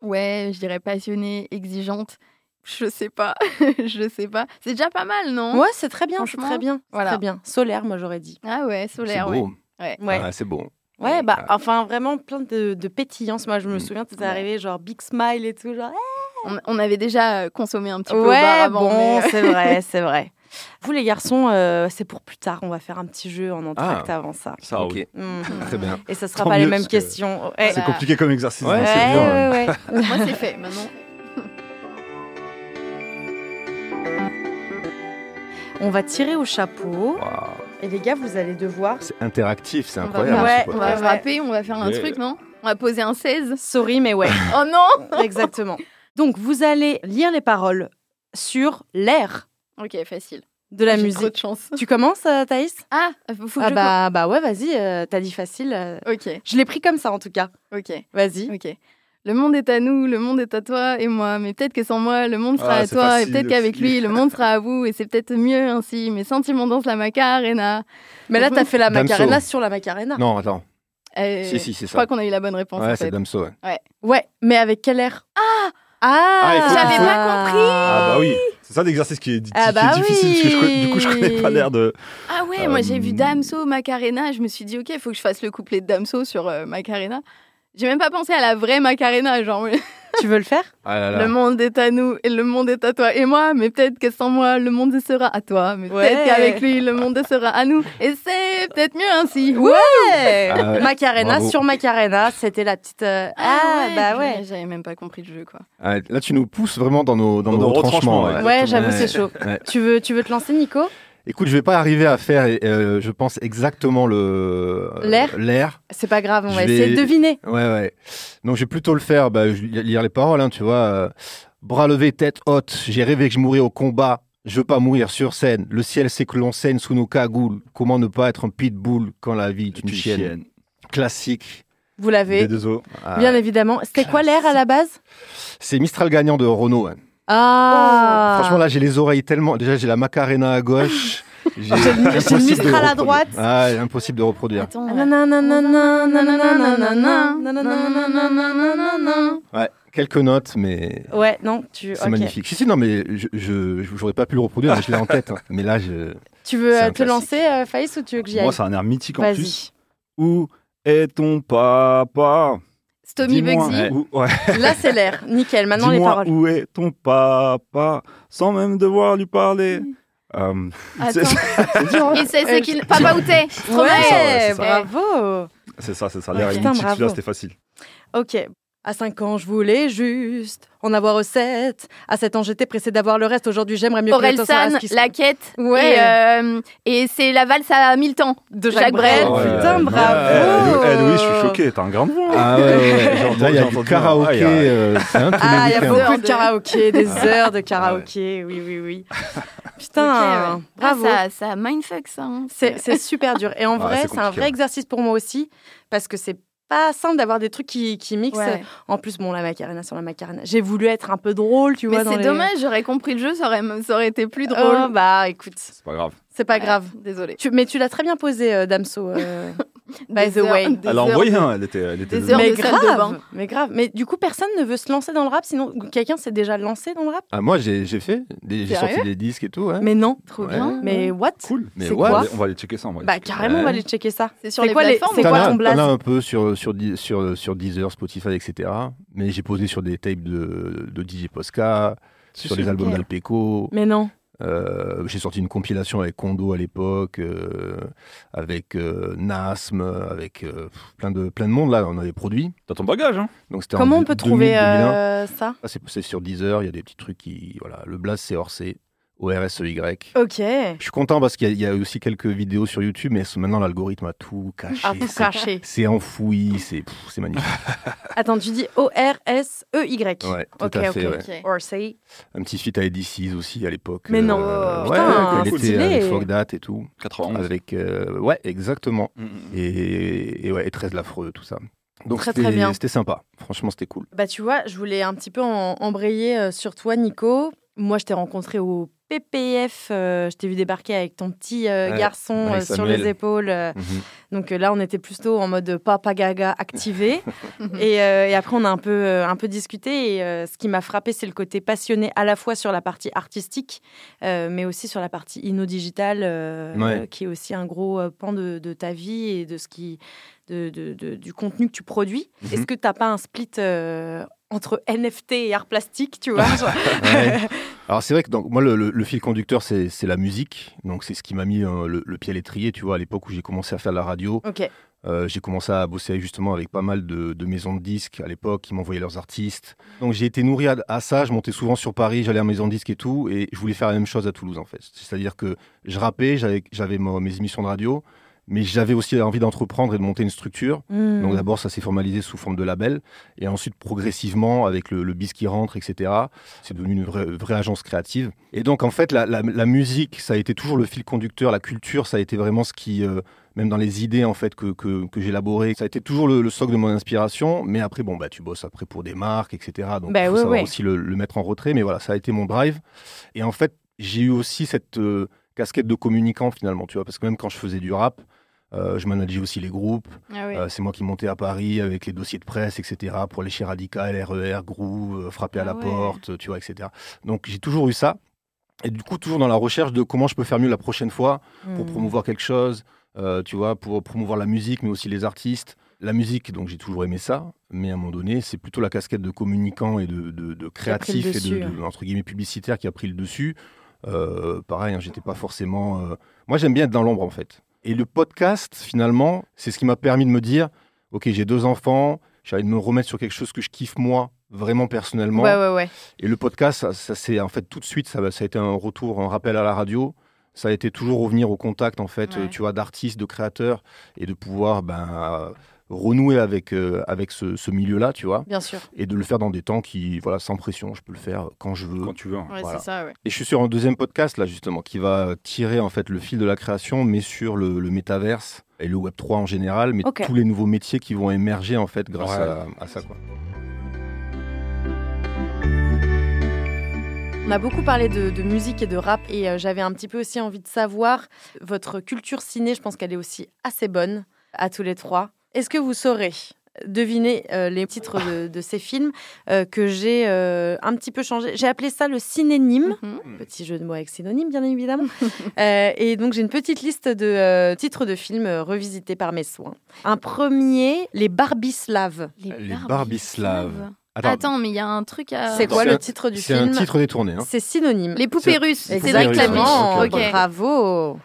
Speaker 3: Ouais, je dirais passionnée, exigeante, je sais pas, je sais pas. C'est déjà pas mal, non
Speaker 1: Ouais, c'est très bien, c'est
Speaker 3: Franchement,
Speaker 1: très bien. c'est
Speaker 3: voilà.
Speaker 1: Très bien. Solaire, moi, j'aurais dit.
Speaker 3: Ah ouais,
Speaker 4: C'est
Speaker 3: solaire, ouais.
Speaker 4: beau.
Speaker 3: ouais.
Speaker 1: Ouais.
Speaker 4: Ah, c'est beau.
Speaker 1: Ouais, bah, enfin, vraiment plein de, de pétillance. Moi, je me
Speaker 4: Mm.
Speaker 1: souviens, t'es
Speaker 3: Ouais.
Speaker 1: arrivé, genre, big smile et tout, genre, eh,
Speaker 3: On, on avait déjà euh, consommé un petit peu au bar
Speaker 1: Ouais,
Speaker 3: avant,
Speaker 1: bon,
Speaker 3: mais, euh,
Speaker 1: c'est vrai, c'est vrai. Vous, les garçons, euh, c'est pour plus tard. On va faire un petit jeu en entracte avant ça.
Speaker 2: ça
Speaker 4: ok.
Speaker 2: oui.
Speaker 1: Mm.
Speaker 4: Très bien.
Speaker 1: Et ça sera
Speaker 2: Tant
Speaker 1: pas les
Speaker 2: mieux,
Speaker 1: mêmes
Speaker 2: parce que
Speaker 1: questions. Ouais.
Speaker 2: c'est compliqué comme exercice.
Speaker 4: Ouais,
Speaker 2: hein,
Speaker 1: Ouais,
Speaker 2: c'est dur, hein.
Speaker 1: ouais, ouais.
Speaker 3: moi c'est fait maintenant.
Speaker 1: On va tirer au chapeau.
Speaker 4: Waouh.
Speaker 1: Et les gars, vous allez devoir.
Speaker 4: C'est interactif, c'est
Speaker 3: On va,
Speaker 4: incroyable. hein,
Speaker 1: Ouais,
Speaker 4: ce
Speaker 3: on
Speaker 4: podcast.
Speaker 3: va
Speaker 1: Ouais.
Speaker 3: frapper, on va faire un
Speaker 2: Yeah.
Speaker 3: truc, non On va poser un 16.
Speaker 1: Sorry, mais ouais.
Speaker 3: Oh non
Speaker 1: Exactement. Donc, vous allez lire les paroles sur l'air
Speaker 3: Ok, facile.
Speaker 1: de la
Speaker 3: J'ai Trop de
Speaker 1: musique.
Speaker 3: chance.
Speaker 1: Tu commences, euh, Thaïs
Speaker 3: Ah, faut faut que
Speaker 1: Ah
Speaker 3: je
Speaker 1: bah, bah ouais, vas-y, euh, t'as dit facile. euh.
Speaker 3: co- Ok,
Speaker 1: Je l'ai pris comme ça, en tout cas.
Speaker 3: ok.
Speaker 1: Vas-y.
Speaker 3: Ok. Le monde est à nous, le monde est à toi et moi, mais peut-être que sans moi, le monde sera
Speaker 2: Ah,
Speaker 3: à
Speaker 2: c'est
Speaker 3: toi, et
Speaker 2: facile
Speaker 3: peut-être qu'avec
Speaker 2: aussi.
Speaker 3: lui, le monde sera à vous, et c'est peut-être mieux ainsi. Mes sentiments dansent la macarena.
Speaker 1: Mais là, t'as fait la
Speaker 4: Damso.
Speaker 1: Macarena sur la Macarena.
Speaker 4: Non, attends.
Speaker 3: Euh,
Speaker 4: Si, si, c'est
Speaker 3: Je crois
Speaker 4: ça.
Speaker 3: qu'on a eu la bonne réponse. en
Speaker 4: Ouais,
Speaker 3: fait.
Speaker 4: c'est Damso. ouais.
Speaker 1: Ouais, mais avec quel air Ah Ah,
Speaker 4: Ah, il faut-
Speaker 3: J'avais pas compris.
Speaker 2: Ah bah oui, c'est ça l'exercice qui est, di-
Speaker 1: Ah
Speaker 2: qui est
Speaker 1: bah
Speaker 2: difficile parce que je
Speaker 1: oui.
Speaker 2: connais- du coup je connais pas l'air de.
Speaker 3: Ah ouais,
Speaker 2: Euh,
Speaker 3: moi j'ai vu
Speaker 2: hmm.
Speaker 3: Damso, Macarena, je me suis dit, ok, il faut que je fasse le couplet de Damso sur euh, Macarena. J'ai même pas pensé à la vraie Macarena, genre
Speaker 1: Tu veux le faire
Speaker 4: Ah là là.
Speaker 3: le monde est à nous et le monde est à toi et moi, mais peut-être que sans moi, le monde sera à toi, mais
Speaker 1: Ouais.
Speaker 3: peut-être qu'avec lui, le monde sera à nous et c'est peut-être mieux ainsi.
Speaker 1: Ouais.
Speaker 4: Ah ouais.
Speaker 1: Macarena
Speaker 4: Bravo.
Speaker 1: sur Macarena, c'était la petite. euh, Ah, bah ouais.
Speaker 3: J'avais même pas compris le jeu, quoi.
Speaker 4: Ah, Là, tu nous pousses vraiment dans nos, dans
Speaker 2: Dans
Speaker 4: nos
Speaker 2: nos
Speaker 4: retranchements.
Speaker 2: retranchements,
Speaker 4: ouais.
Speaker 2: Exactement.
Speaker 1: Ouais, j'avoue, c'est chaud.
Speaker 4: Ouais. Ouais.
Speaker 1: Tu veux, tu veux te lancer, Nico
Speaker 4: Écoute, je vais pas arriver à faire, euh, je pense, exactement le euh,
Speaker 1: L'air
Speaker 4: L'air.
Speaker 1: C'est pas grave, on va
Speaker 4: Je
Speaker 1: essayer de
Speaker 4: vais-
Speaker 1: deviner.
Speaker 4: Ouais, ouais. Donc, je vais plutôt le faire, bah, je- lire les paroles, hein, tu vois. euh, Bras levés, tête haute, j'ai rêvé que je mourrais au combat. Je veux pas mourir sur scène. Le ciel sait que l'on saigne sous nos cagoules. Comment ne pas être un pitbull quand la vie est une chienne, Classique.
Speaker 1: Vous l'avez,
Speaker 2: Des deux os.
Speaker 4: Ah,
Speaker 1: bien évidemment. C'était quoi l'air à la base
Speaker 4: C'est Mistral gagnant de Renault. hein.
Speaker 1: Ah
Speaker 4: Franchement, là, j'ai les oreilles tellement. Déjà, j'ai la Macarena à gauche. J'ai
Speaker 1: J'ai
Speaker 4: impossible
Speaker 1: le
Speaker 4: de
Speaker 1: Mistral à
Speaker 4: reproduire.
Speaker 1: droite.
Speaker 4: Ah, impossible de reproduire.
Speaker 3: Attends, ouais.
Speaker 1: Ouais,
Speaker 4: Ouais, quelques notes, mais
Speaker 1: non, tu.
Speaker 4: c'est
Speaker 1: ok.
Speaker 4: magnifique. Si, si, non, mais je- je je- j'aurais pas pu le reproduire, mais je l'ai en tête. hein. Mais là, je.
Speaker 1: Tu veux
Speaker 4: C'est un
Speaker 1: euh, te
Speaker 4: classique.
Speaker 1: lancer, euh, Faïs, ou tu veux que j'y aille
Speaker 2: Moi c'est un air mythique en plus.
Speaker 1: Vas-y.
Speaker 2: Où est ton papa
Speaker 3: Stomy
Speaker 2: Dis-moi
Speaker 3: Bugsy.
Speaker 2: Où, ouais.
Speaker 1: Là, c'est l'air. Nickel. Maintenant, les
Speaker 2: Dis-moi
Speaker 1: paroles.
Speaker 2: où est ton papa sans même devoir lui parler. Euh, c'est
Speaker 3: Attends.
Speaker 4: hein.
Speaker 3: Et c'est c'est qu'il. Papa où t'es C'est trop
Speaker 1: Euh, Ouais,
Speaker 3: bien.
Speaker 2: ça, ouais, c'est ça.
Speaker 1: bravo.
Speaker 2: c'est ça, c'est ça.
Speaker 1: Ouais,
Speaker 2: L'air est
Speaker 1: Ah, putain,
Speaker 2: mythique,
Speaker 1: bravo.
Speaker 2: celui-là c'était facile.
Speaker 1: Ok. À 5 ans, je voulais juste en avoir 7. À 7 ans, j'étais pressée d'avoir le reste. Aujourd'hui, j'aimerais mieux que
Speaker 3: Aurel
Speaker 1: le temps soit à
Speaker 3: San,
Speaker 1: ce qui se-
Speaker 3: La Quête.
Speaker 1: Ouais.
Speaker 3: Et, euh, et c'est la valse à 1000 temps.
Speaker 1: de
Speaker 3: Jacques Brel.
Speaker 2: Ouais,
Speaker 1: Putain,
Speaker 2: ouais,
Speaker 1: bravo.
Speaker 2: Eh, Lou- eh, Louis, je
Speaker 1: Euh,
Speaker 2: suis choqué, t'as un grand voix.
Speaker 4: Ah ouais, ouais.
Speaker 2: J'ai entendu-
Speaker 4: Là, il y a
Speaker 2: j'ai
Speaker 4: du
Speaker 2: entendu.
Speaker 4: karaoké.
Speaker 2: Ah, il y a-
Speaker 4: euh, c'est un tous les
Speaker 1: Ah, il y a
Speaker 4: week-ends.
Speaker 1: beaucoup
Speaker 3: Heures
Speaker 1: de
Speaker 3: de-
Speaker 1: karaoké, des heures de karaoké. Oui, oui, oui. Putain,
Speaker 3: Ok, ouais.
Speaker 1: bravo.
Speaker 3: Ah, ça, ça mindfuck ça. hein.
Speaker 1: C'est c'est super dur. Et en
Speaker 2: Ouais,
Speaker 1: vrai,
Speaker 2: c'est
Speaker 1: c'est un
Speaker 2: compliqué,
Speaker 1: vrai
Speaker 2: ouais.
Speaker 1: exercice pour moi aussi, parce que c'est pas simple d'avoir des trucs qui, qui mixent.
Speaker 3: Ouais.
Speaker 1: En plus, bon, la Macarena sur la Macarena. J'ai voulu être un peu drôle, tu vois.
Speaker 3: Mais
Speaker 1: dans
Speaker 3: c'est
Speaker 1: les-
Speaker 3: dommage, j'aurais compris le jeu, ça aurait, ça aurait été plus drôle.
Speaker 1: Oh, bah écoute,
Speaker 2: C'est pas grave.
Speaker 1: c'est pas grave.
Speaker 3: Désolée.
Speaker 1: Tu- mais tu l'as très bien posé, euh, Damso. euh, by the way.
Speaker 3: Des
Speaker 2: Elle a
Speaker 3: heures
Speaker 2: envoyé,
Speaker 3: de-
Speaker 2: hein, elle était. Elle était
Speaker 3: des
Speaker 2: dedans.
Speaker 3: heures
Speaker 1: Mais
Speaker 3: de salle de
Speaker 1: grave,
Speaker 3: bain.
Speaker 1: mais grave. Mais du coup, personne ne veut se lancer dans le rap, sinon quelqu'un s'est déjà lancé dans le rap.
Speaker 4: Ah, moi, j'ai j'ai fait. des- J'ai sorti
Speaker 3: Sérieux
Speaker 4: des disques et tout. ouais.
Speaker 1: Mais non.
Speaker 3: Trop
Speaker 4: Ouais.
Speaker 3: bien.
Speaker 1: Mais what
Speaker 2: Cool.
Speaker 4: Mais
Speaker 1: c'est
Speaker 4: ouais,
Speaker 2: On va
Speaker 1: quoi
Speaker 2: aller- on va aller checker ça. on va aller
Speaker 1: Bah
Speaker 2: checker.
Speaker 1: carrément, on va aller checker ça.
Speaker 3: C'est sur
Speaker 1: C'est
Speaker 3: les
Speaker 1: quoi les-
Speaker 3: plateformes.
Speaker 1: c'est
Speaker 4: T'en
Speaker 1: quoi
Speaker 4: as-
Speaker 1: ton blaze
Speaker 4: t'en as un peu sur, sur, Di- sur, sur Deezer, Spotify, etc. Mais j'ai posé sur des tapes de, de DJ Posca, sur les albums
Speaker 3: lequel
Speaker 4: d'Alpeco.
Speaker 1: Mais non.
Speaker 4: Euh, j'ai sorti une compilation avec Kondo à l'époque, euh, avec euh, Nasm, avec euh, pff, plein, de, plein de monde. Là, on avait produit.
Speaker 2: Dans ton bagage, hein.
Speaker 4: Donc, c'était en
Speaker 1: Comment on
Speaker 4: deux-
Speaker 1: peut
Speaker 4: 2000,
Speaker 1: trouver
Speaker 4: 2001.
Speaker 1: euh, ça
Speaker 4: Ah, c'est, c'est sur Deezer, il y a des petits trucs qui. Voilà, le Blast, c'est Orsay, O-R-S-E-Y.
Speaker 1: Ok.
Speaker 4: Je suis content parce qu'il y a, il y a aussi quelques vidéos sur YouTube, mais ce- maintenant l'algorithme a tout caché.
Speaker 1: Ah, vous
Speaker 4: c'est,
Speaker 1: crachez.
Speaker 4: c'est enfoui, c'est, pff, c'est magnifique.
Speaker 1: Attends, tu dis O-R-S-E-Y.
Speaker 4: Ouais, tout
Speaker 1: Ok,
Speaker 4: à
Speaker 1: E ok.
Speaker 4: fait.
Speaker 3: Ok.
Speaker 4: ouais.
Speaker 1: Orsay.
Speaker 4: Un petit feat à Eddie Seas aussi à l'époque. euh,
Speaker 1: Mais non.
Speaker 4: ouais,
Speaker 1: Putain,
Speaker 4: quand il
Speaker 1: cool.
Speaker 4: était avec
Speaker 1: stylé.
Speaker 4: Fogdat et tout.
Speaker 2: 91.
Speaker 4: Avec, euh, ouais, exactement.
Speaker 2: Mm, mm.
Speaker 4: Et, et ouais, et 13 l'affreux, tout ça. Donc
Speaker 1: Très,
Speaker 4: c'était,
Speaker 1: très bien.
Speaker 4: c'était sympa. Franchement, c'était cool.
Speaker 1: Bah, tu vois, je voulais un petit peu en- embrayer euh, sur toi, Nico. Moi, je t'ai rencontré au PPF. euh, je t'ai vu débarquer avec ton petit euh,
Speaker 4: Ouais,
Speaker 1: garçon
Speaker 4: ouais,
Speaker 1: euh, sur
Speaker 4: Samuel.
Speaker 1: les épaules. euh,
Speaker 4: Mhm.
Speaker 1: Donc euh, là, on était plutôt en mode papa gaga activé. et, euh, et après, on a un peu, euh, un peu discuté. Et euh, ce qui m'a frappé, c'est le côté passionné à la fois sur la partie artistique, euh, mais aussi sur la partie inno-digitale, euh,
Speaker 4: Ouais.
Speaker 1: euh, qui est aussi un gros euh, pan de, de ta vie et de ce qui, de, de- de- du contenu que tu produis.
Speaker 4: Mhm.
Speaker 1: Est-ce que tu n'as pas un split euh, entre NFT et art plastique, tu vois genre
Speaker 4: Ouais. Alors c'est vrai que donc, moi le, le- le fil conducteur c'est c'est la musique, donc c'est ce qui m'a mis euh, le, le pied à l'étrier, tu vois, à l'époque où j'ai commencé à faire de la radio,
Speaker 1: Ok,
Speaker 4: euh, j'ai commencé à bosser justement avec pas mal de, de maisons de disques à l'époque qui m'envoyaient leurs artistes. Donc j'ai été nourri à, à ça, je montais souvent sur Paris, j'allais en maison de disques et tout, et je voulais faire la même chose à Toulouse en fait. C'est-à-dire que je rappais, j'avais- j'avais mo- mes émissions de radio, mais j'avais aussi envie d'entreprendre et de monter une structure.
Speaker 1: Hmm.
Speaker 4: Donc d'abord, ça s'est formalisé sous forme de label, et ensuite progressivement avec le, le bis qui rentre, etc. C'est devenu une vraie, vraie agence créative. Et donc en fait, la, la- la musique, ça a été toujours le fil conducteur, la culture, ça a été vraiment ce qui, euh, même dans les idées en fait que, que, que j'élaborais, ça a été toujours le, le socle de mon inspiration. Mais après, bon bah tu bosses après pour des marques, etc. Donc
Speaker 1: Bah
Speaker 4: il faut
Speaker 1: ouais,
Speaker 4: savoir
Speaker 1: ouais.
Speaker 4: aussi le, le mettre en retrait. Mais voilà, ça a été mon drive. Et en fait, j'ai eu aussi cette euh, casquette de communicant finalement, tu vois, parce que même quand je faisais du rap. euh, je manageais aussi les groupes,
Speaker 3: Ah oui.
Speaker 4: euh, c'est moi qui montais à Paris avec les dossiers de presse, etc. pour les chez Radical, RER, Groove, euh, frapper à
Speaker 3: Ah
Speaker 4: la
Speaker 3: ouais.
Speaker 4: porte, euh, tu vois, etc. Donc j'ai toujours eu ça. Et du coup, toujours dans la recherche de comment je peux faire mieux la prochaine fois pour
Speaker 1: Hmm.
Speaker 4: promouvoir quelque chose, euh, tu vois, pour promouvoir la musique, mais aussi les artistes. La musique, donc j'ai toujours aimé ça, mais à un moment donné, c'est plutôt la casquette de communicant et de, de- de
Speaker 1: a pris le
Speaker 4: créatif et de,
Speaker 1: dessus,
Speaker 4: de- entre guillemets, publicitaire qui a pris le dessus. Euh, pareil, hein, j'étais pas forcément. euh, Moi, j'aime bien être dans l'ombre, en fait. Et le podcast, finalement, c'est ce qui m'a permis de me dire Ok, j'ai deux enfants, j'ai envie de me remettre sur quelque chose que je kiffe moi, vraiment personnellement.
Speaker 1: Ouais, ouais, ouais.
Speaker 4: Et le podcast, ça, ça c'est en fait tout de suite, ça, ça a été un retour, un rappel à la radio. Ça a été toujours revenir au contact, en fait,
Speaker 3: Ouais.
Speaker 4: euh, tu vois, d'artistes, de créateurs, et de pouvoir ben, euh, renouer avec, euh, avec ce, ce milieu-là, tu vois,
Speaker 1: Bien sûr.
Speaker 4: et de le faire dans des temps qui, voilà, sans pression, je peux le faire quand je veux.
Speaker 2: Quand tu veux. hein.
Speaker 3: Ouais,
Speaker 4: voilà.
Speaker 3: c'est ça, ouais.
Speaker 4: Et je suis sur un deuxième podcast, là, justement, qui va tirer, en fait, le fil de la création, mais sur le, le métaverse et le Web3 en général, mais
Speaker 1: Ok.
Speaker 4: tous les nouveaux métiers qui vont émerger, en fait, grâce
Speaker 2: Ouais.
Speaker 4: à, à ça, quoi.
Speaker 1: On a beaucoup parlé de, de musique et de rap et euh, j'avais un petit peu aussi envie de savoir votre culture ciné. Je pense qu'elle est aussi assez bonne à tous les trois. Est-ce que vous saurez deviner euh, les titres de, de ces films euh, que j'ai euh, un petit peu changé J'ai appelé ça le cinénime.
Speaker 3: Mhm.
Speaker 1: Petit jeu de mots avec synonyme, bien évidemment. Euh, et donc, j'ai une petite liste de euh, titres de films euh, revisités par mes soins. Un premier, Les Barbies Slaves.
Speaker 4: Les Barbies slaves.
Speaker 3: Attends, mais il y a un truc à.
Speaker 1: C'est quoi
Speaker 4: c'est
Speaker 1: le
Speaker 4: un-
Speaker 1: titre du
Speaker 4: C'est un
Speaker 1: film
Speaker 4: titre détourné, hein.
Speaker 1: C'est synonyme.
Speaker 3: Ah. Les poupées
Speaker 4: C'est-
Speaker 3: russes. C'est
Speaker 4: poupées
Speaker 3: vrai que la
Speaker 4: russes,
Speaker 1: Exactement.
Speaker 3: biche.
Speaker 4: ouais,
Speaker 3: Ok.
Speaker 4: ok.
Speaker 1: euh, Bravo.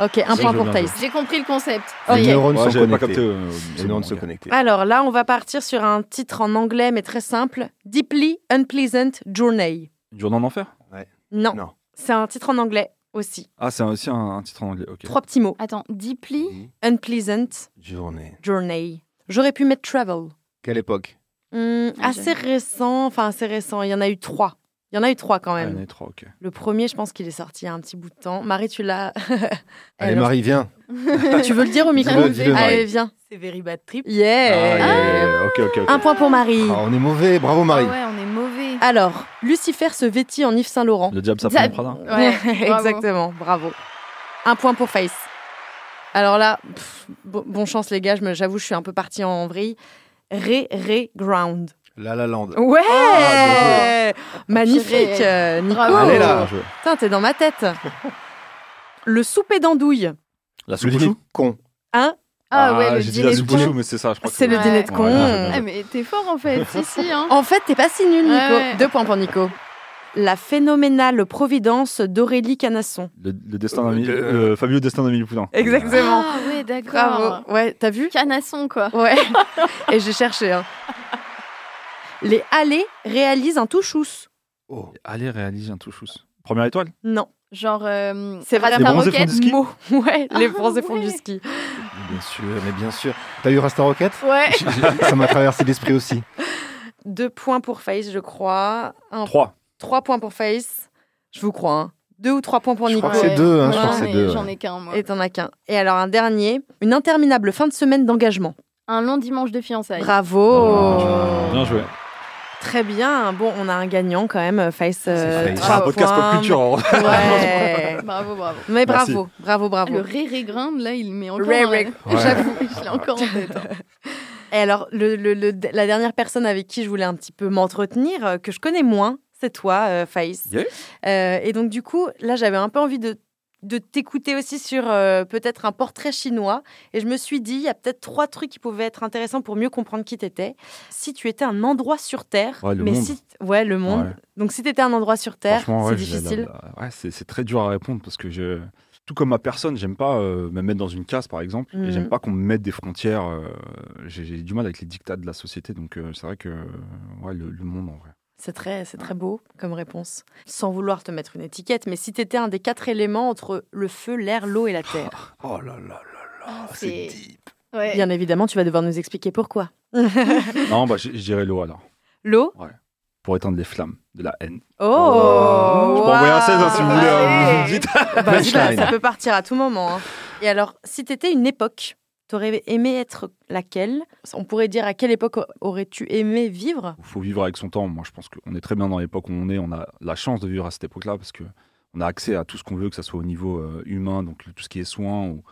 Speaker 1: Ok, un
Speaker 4: C'est
Speaker 1: point
Speaker 4: joli,
Speaker 1: pour
Speaker 4: hein.
Speaker 1: Thaïs.
Speaker 3: J'ai compris le concept. Ça
Speaker 4: Les
Speaker 3: y est.
Speaker 4: neurones
Speaker 2: Ouais,
Speaker 4: sont
Speaker 2: j'avais pas
Speaker 4: connectés.
Speaker 2: capté. euh,
Speaker 4: Les
Speaker 2: c'est bon,
Speaker 4: neurones se
Speaker 2: gars.
Speaker 4: connecter.
Speaker 1: Alors là, on va partir sur un titre en anglais, mais très simple. Deeply Unpleasant Journey.
Speaker 2: Une Journée en enfer
Speaker 1: Ah, Non.
Speaker 4: Non.
Speaker 1: C'est un titre en anglais aussi.
Speaker 2: Ah, c'est aussi un, un titre en anglais. Ok.
Speaker 1: Trois petits mots.
Speaker 3: Attends, Deeply.
Speaker 1: Unpleasant
Speaker 4: Mmh. Journée.
Speaker 1: Journey. J'aurais pu mettre Travel.
Speaker 4: Quelle époque
Speaker 1: Hmm, assez récent, enfin assez récent. Il y en a eu trois. Il y en a eu trois quand
Speaker 2: Ah, il y
Speaker 1: même.
Speaker 2: en a eu trois, ok.
Speaker 1: Le premier, je pense qu'il est sorti il y a un petit bout de temps. Marie, tu l'as.
Speaker 4: Allez, Marie, viens.
Speaker 1: tu veux le dire au micro
Speaker 4: Dis-le, dis-le, Marie.
Speaker 1: Oh, Allez, viens.
Speaker 10: C'est Very Bad Trip.
Speaker 2: Ah,
Speaker 1: Yeah.
Speaker 4: Euh, ok, ok, ok.
Speaker 1: Un point pour Marie.
Speaker 4: Ah, on est mauvais, bravo Marie.
Speaker 3: Ah on est mauvais.
Speaker 1: Alors, Lucifer se vêtit en Yves Saint Laurent.
Speaker 2: Le diable s'apprend au Prada.
Speaker 3: Ouais, bravo.
Speaker 1: exactement. Bravo. Un point pour Face. Alors là, pff, bon, bon chance les gars. je me- J'avoue, je suis un peu partie en vrille. Ré, ré, ground.
Speaker 4: La La Land.
Speaker 1: Ouais,
Speaker 4: Ah,
Speaker 1: magnifique,
Speaker 3: Purée.
Speaker 1: euh, Nico.
Speaker 3: Bravo.
Speaker 4: Allez là.
Speaker 1: Putain, t'es dans ma tête. Le souper d'andouille.
Speaker 2: La
Speaker 4: Le
Speaker 2: soupe
Speaker 4: dîner con.
Speaker 1: Hein
Speaker 3: Ah ouais, le
Speaker 2: j'ai dit la
Speaker 3: dîner de
Speaker 2: soupe aux choux,
Speaker 3: con.
Speaker 2: mais c'est ça, je crois. que-
Speaker 1: C'est le
Speaker 3: Ouais.
Speaker 1: dîner de con.
Speaker 2: Oh, Ouais, j'ai bien
Speaker 3: Ah, mais t'es fort en fait, si, si. Hein.
Speaker 1: En fait, t'es pas si nul, Nico.
Speaker 3: Ouais, ouais.
Speaker 1: Deux points pour Nico. La phénoménale Providence d'Aurélie Canasson.
Speaker 2: Le, le destin d'un
Speaker 4: Euh,
Speaker 2: mille-
Speaker 4: euh,
Speaker 2: le fabuleux destin d'un Poulain.
Speaker 1: Eh.
Speaker 3: Ah ouais, d'accord.
Speaker 1: Bravo. Ouais, t'as vu
Speaker 3: Canasson, quoi.
Speaker 1: Ouais. Et j'ai cherché. hein. Les allées réalisent un touchous.
Speaker 4: Oh.
Speaker 2: Allez, réalise un touchous. Première étoile.
Speaker 1: Non.
Speaker 3: Genre. euh,
Speaker 1: C'est
Speaker 3: Rasta
Speaker 2: Les bronzés
Speaker 3: Rocket.
Speaker 2: font du ski.
Speaker 1: Mot. Ouais, les Français font
Speaker 3: Ah, ouais.
Speaker 1: du ski.
Speaker 4: Bien sûr, mais bien sûr. T'as eu Rasta Rocket
Speaker 1: Ouais.
Speaker 4: Ça m'a traversé l'esprit aussi.
Speaker 1: Deux points pour Face, je crois. Un-
Speaker 2: Trois.
Speaker 1: Trois points pour Face. Je vous crois. hein. Deux ou trois points pour
Speaker 4: Je
Speaker 1: Nico.
Speaker 4: crois que c'est deux, hein, je crois que
Speaker 3: j'en
Speaker 4: c'est
Speaker 3: ai-
Speaker 4: deux, ouais.
Speaker 3: J'en ai qu'un, moi.
Speaker 1: Et t'en as qu'un. Et alors un dernier. Une interminable fin de semaine d'engagement.
Speaker 3: Un long dimanche de fiançailles.
Speaker 2: Oh,
Speaker 1: Oh. Bravo.
Speaker 2: Bien joué.
Speaker 1: Très bien. Bon, on a un gagnant quand même. Face. euh,
Speaker 4: Face.
Speaker 2: C'est
Speaker 1: trois
Speaker 2: un podcast
Speaker 1: points.
Speaker 2: pop culture. hein.
Speaker 1: Ouais.
Speaker 3: Bravo, bravo.
Speaker 1: Mais
Speaker 2: Merci.
Speaker 1: bravo, bravo, bravo.
Speaker 3: Le ré grimpe là, il met encore.
Speaker 1: Ré,
Speaker 3: un-
Speaker 1: ré. Oh,
Speaker 3: J'avoue, je l'ai encore en tête. hein.
Speaker 1: Et alors, le- le- le- la dernière personne avec qui je voulais un petit peu m'entretenir, euh, que je connais moins, c'est toi, euh, Faïs.
Speaker 2: Yeah.
Speaker 1: Euh, et donc, du coup, là, j'avais un peu envie de, de t'écouter aussi sur euh, peut-être un portrait chinois. Et je me suis dit, il y a peut-être trois trucs qui pouvaient être intéressants pour mieux comprendre qui t'étais. Si tu étais un endroit sur Terre,
Speaker 2: Ouais, le
Speaker 1: mais
Speaker 2: monde.
Speaker 1: si... Ouais, le monde.
Speaker 2: Ouais.
Speaker 1: Donc, si tu étais un endroit sur Terre, c'est
Speaker 2: Franchement, ouais, j'ai la-
Speaker 1: difficile.
Speaker 2: la- ouais, c'est c'est très dur à répondre parce que je, tout comme ma personne, j'aime pas euh, me mettre dans une case, par exemple,
Speaker 1: Mhm.
Speaker 2: et j'aime pas qu'on me mette des frontières. euh, J'ai j'ai du mal avec les dictats de la société, donc euh, c'est vrai que euh, ouais, le, le monde en vrai.
Speaker 1: C'est très, c'est très beau comme réponse. Sans vouloir te mettre une étiquette, mais si tu étais un des quatre éléments entre le feu, l'air, l'eau et la terre.
Speaker 4: Oh là là là là,
Speaker 3: Ah,
Speaker 4: c'est
Speaker 3: c'est-
Speaker 4: deep.
Speaker 2: Oh.
Speaker 3: Ouais.
Speaker 1: Bien évidemment, tu vas devoir nous expliquer pourquoi.
Speaker 2: non, bah, je je dirais l'eau alors,
Speaker 1: L'eau
Speaker 2: pour éteindre les flammes de la haine.
Speaker 1: Oh
Speaker 2: Je peux envoyer un 16 hein, si vous voulez. hein,
Speaker 1: Allez.
Speaker 2: vous dites.
Speaker 1: Ah, Bah,
Speaker 4: Punchline.
Speaker 1: bah, Ça peut partir à tout moment. hein. Et alors, si t'étais une époque, t'aurais aimé être laquelle On pourrait dire à quelle époque aurais-tu aimé vivre
Speaker 2: Il faut vivre avec son temps. Moi, je pense qu'on est très bien dans l'époque où on est. On a la chance de vivre à cette époque-là parce que on a accès à tout ce qu'on veut, que ce soit au niveau euh, humain, donc le- tout ce qui est soins. Ou...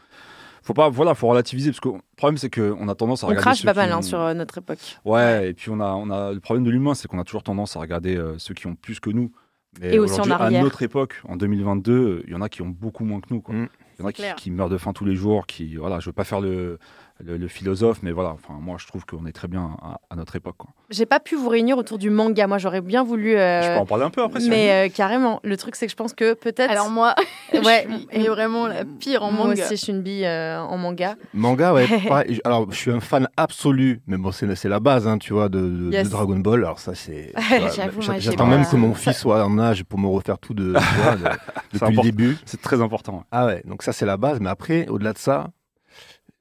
Speaker 2: Faut pas, voilà, faut relativiser parce que le problème c'est qu'on a tendance à
Speaker 1: On
Speaker 2: regarder.
Speaker 1: crache
Speaker 2: ceux
Speaker 1: pas
Speaker 2: qui
Speaker 1: mal hein,
Speaker 2: ont-
Speaker 1: sur euh, notre époque.
Speaker 2: Ouais, et puis on a, on a le problème de l'humain, c'est qu'on a toujours tendance à regarder euh, ceux qui ont plus que nous. Mais
Speaker 1: Et aussi en
Speaker 2: aujourd'hui,
Speaker 1: arrière.
Speaker 2: À notre époque, en 2022, euh, il y en a qui ont beaucoup moins que nous. quoi. Il
Speaker 4: Mm.
Speaker 2: y en a qui,
Speaker 3: clair.
Speaker 2: qui meurent de faim tous les jours. Qui, voilà, je veux pas faire le, le, le philosophe, mais voilà. Enfin, moi, je trouve qu'on est très bien à, à notre époque. quoi.
Speaker 1: J'ai pas pu vous réunir autour du manga. Moi, j'aurais bien voulu. euh,
Speaker 2: je peux en parler un peu après. si
Speaker 1: mais euh, carrément, le truc, c'est que je pense que peut-être.
Speaker 3: Alors moi,
Speaker 1: Ouais.
Speaker 3: je suis mais vraiment la pire en
Speaker 1: Moi
Speaker 3: manga.
Speaker 1: aussi, je suis une bille euh, en manga.
Speaker 4: Manga, ouais. pareil. Alors, je suis un fan absolu, mais bon, c'est c'est la base, hein, tu vois, de, de-
Speaker 1: Yes.
Speaker 4: de Dragon Ball. Alors, ça, c'est.
Speaker 1: J'avoue,
Speaker 4: j'a-
Speaker 3: moi, j'ai
Speaker 4: J'attends
Speaker 3: pas-
Speaker 4: même que mon fils soit en âge pour me refaire tout de, tu vois, de- depuis le
Speaker 2: important.
Speaker 4: début.
Speaker 2: C'est très important. ouais.
Speaker 4: Ah ouais, donc ça, c'est la base. Mais après, au-delà de ça,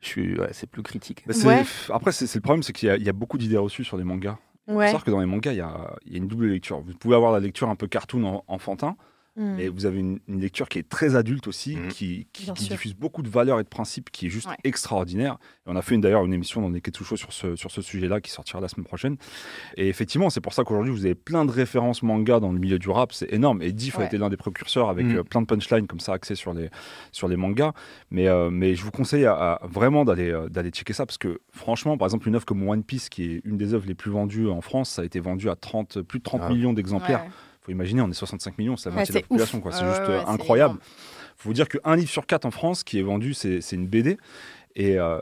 Speaker 4: je suis, ouais, c'est plus critique.
Speaker 2: Mais c'est-
Speaker 1: Ouais.
Speaker 2: Après, c'est c'est le problème, c'est qu'il y, a- il y a beaucoup d'idées reçues sur les mangas. Il faut
Speaker 1: Ouais.
Speaker 2: savoir que dans les mangas, il y a, il y a une double lecture. Vous pouvez avoir la lecture un peu cartoon en- enfantin,
Speaker 1: Hmm.
Speaker 2: mais vous avez une, une lecture qui est très adulte aussi,
Speaker 4: Mhm.
Speaker 2: qui, qui-
Speaker 1: Bien
Speaker 2: qui
Speaker 1: sûr.
Speaker 2: diffuse beaucoup de valeurs et de principes, qui est juste
Speaker 3: Ouais.
Speaker 2: extraordinaire. Et on a fait une- d'ailleurs une émission dans les Quai de Souchot sur ce, sur ce sujet-là qui sortira la semaine prochaine. Et effectivement, c'est pour ça qu'aujourd'hui, vous avez plein de références manga dans le milieu du rap. C'est énorme. Et Diff
Speaker 3: Ouais.
Speaker 2: a été l'un des précurseurs avec
Speaker 4: Mhm.
Speaker 2: euh, plein de punchlines comme ça axées sur les, sur les mangas. Mais, euh, mais je vous conseille à- à vraiment d'aller euh, d'aller checker ça parce que franchement, par exemple, une œuvre comme One Piece, qui est une des œuvres les plus vendues en France, ça a été vendu à 30, plus de 30
Speaker 4: Ah.
Speaker 2: millions d'exemplaires
Speaker 3: Ouais.
Speaker 2: faut imaginer, on est 65 millions, c'est la
Speaker 1: Ouais,
Speaker 2: moitié de la
Speaker 1: c'est ouf.
Speaker 2: population, quoi. C'est
Speaker 3: Ah ouais,
Speaker 2: juste
Speaker 3: ouais,
Speaker 2: euh,
Speaker 3: c'est
Speaker 2: incroyable.
Speaker 3: énorme.
Speaker 2: faut vous dire qu'un livre sur quatre en France qui est vendu, c'est c'est une BD. Et euh,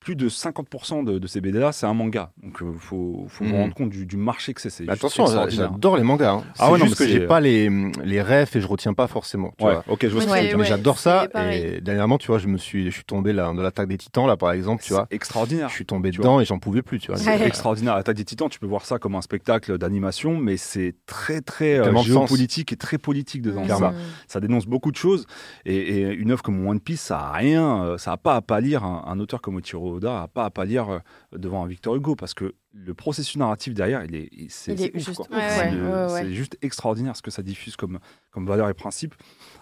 Speaker 2: plus de 50% de, de ces BD-là, c'est un manga. Donc il faut, faut vous
Speaker 4: Mhm.
Speaker 2: rendre compte du, du marché que c'est. c'est
Speaker 4: Mais
Speaker 2: juste
Speaker 4: attention, j'a-
Speaker 2: extraordinaire.
Speaker 4: j'adore les mangas. hein. C'est
Speaker 2: Ah ouais, non,
Speaker 4: juste
Speaker 2: mais
Speaker 4: que
Speaker 2: c'est-
Speaker 4: j'ai pas les, les refs et je retiens pas forcément. Tu
Speaker 2: Ouais,
Speaker 4: vois.
Speaker 2: ok, je vois ce que
Speaker 1: Ouais,
Speaker 2: tu veux dire.
Speaker 4: Mais
Speaker 3: ouais.
Speaker 4: j'adore ça.
Speaker 3: c'est pareil.
Speaker 4: Et dernièrement, tu vois, je me suis, je suis tombé là, dans l'attaque des Titans, là, par exemple, tu
Speaker 2: C'est
Speaker 4: vois.
Speaker 2: extraordinaire.
Speaker 4: Je suis tombé
Speaker 2: Tu
Speaker 4: dedans et j'en pouvais plus, tu vois.
Speaker 2: C'est
Speaker 1: Ouais.
Speaker 2: extraordinaire. Attaque des Titans, tu peux voir ça comme un spectacle d'animation, mais c'est très, très euh,
Speaker 4: Tellement de sens.
Speaker 2: géopolitique et très politique dedans.
Speaker 4: Clairement.
Speaker 2: Ça, ça dénonce beaucoup de choses. Et, et une œuvre comme One Piece, ça a rien, euh, ça a pas à pâlir un, un auteur comme Oichiro Oda n'a pas à pâlir euh, devant un Victor Hugo parce que le processus narratif derrière, il est, il- c'est
Speaker 11: Il
Speaker 2: c'est
Speaker 11: est
Speaker 2: ouf,
Speaker 11: juste
Speaker 2: quoi.
Speaker 11: ouf, ouais,
Speaker 2: C'est le-
Speaker 11: ouais, ouais.
Speaker 2: c'est juste extraordinaire ce que ça diffuse comme, comme valeur et principe.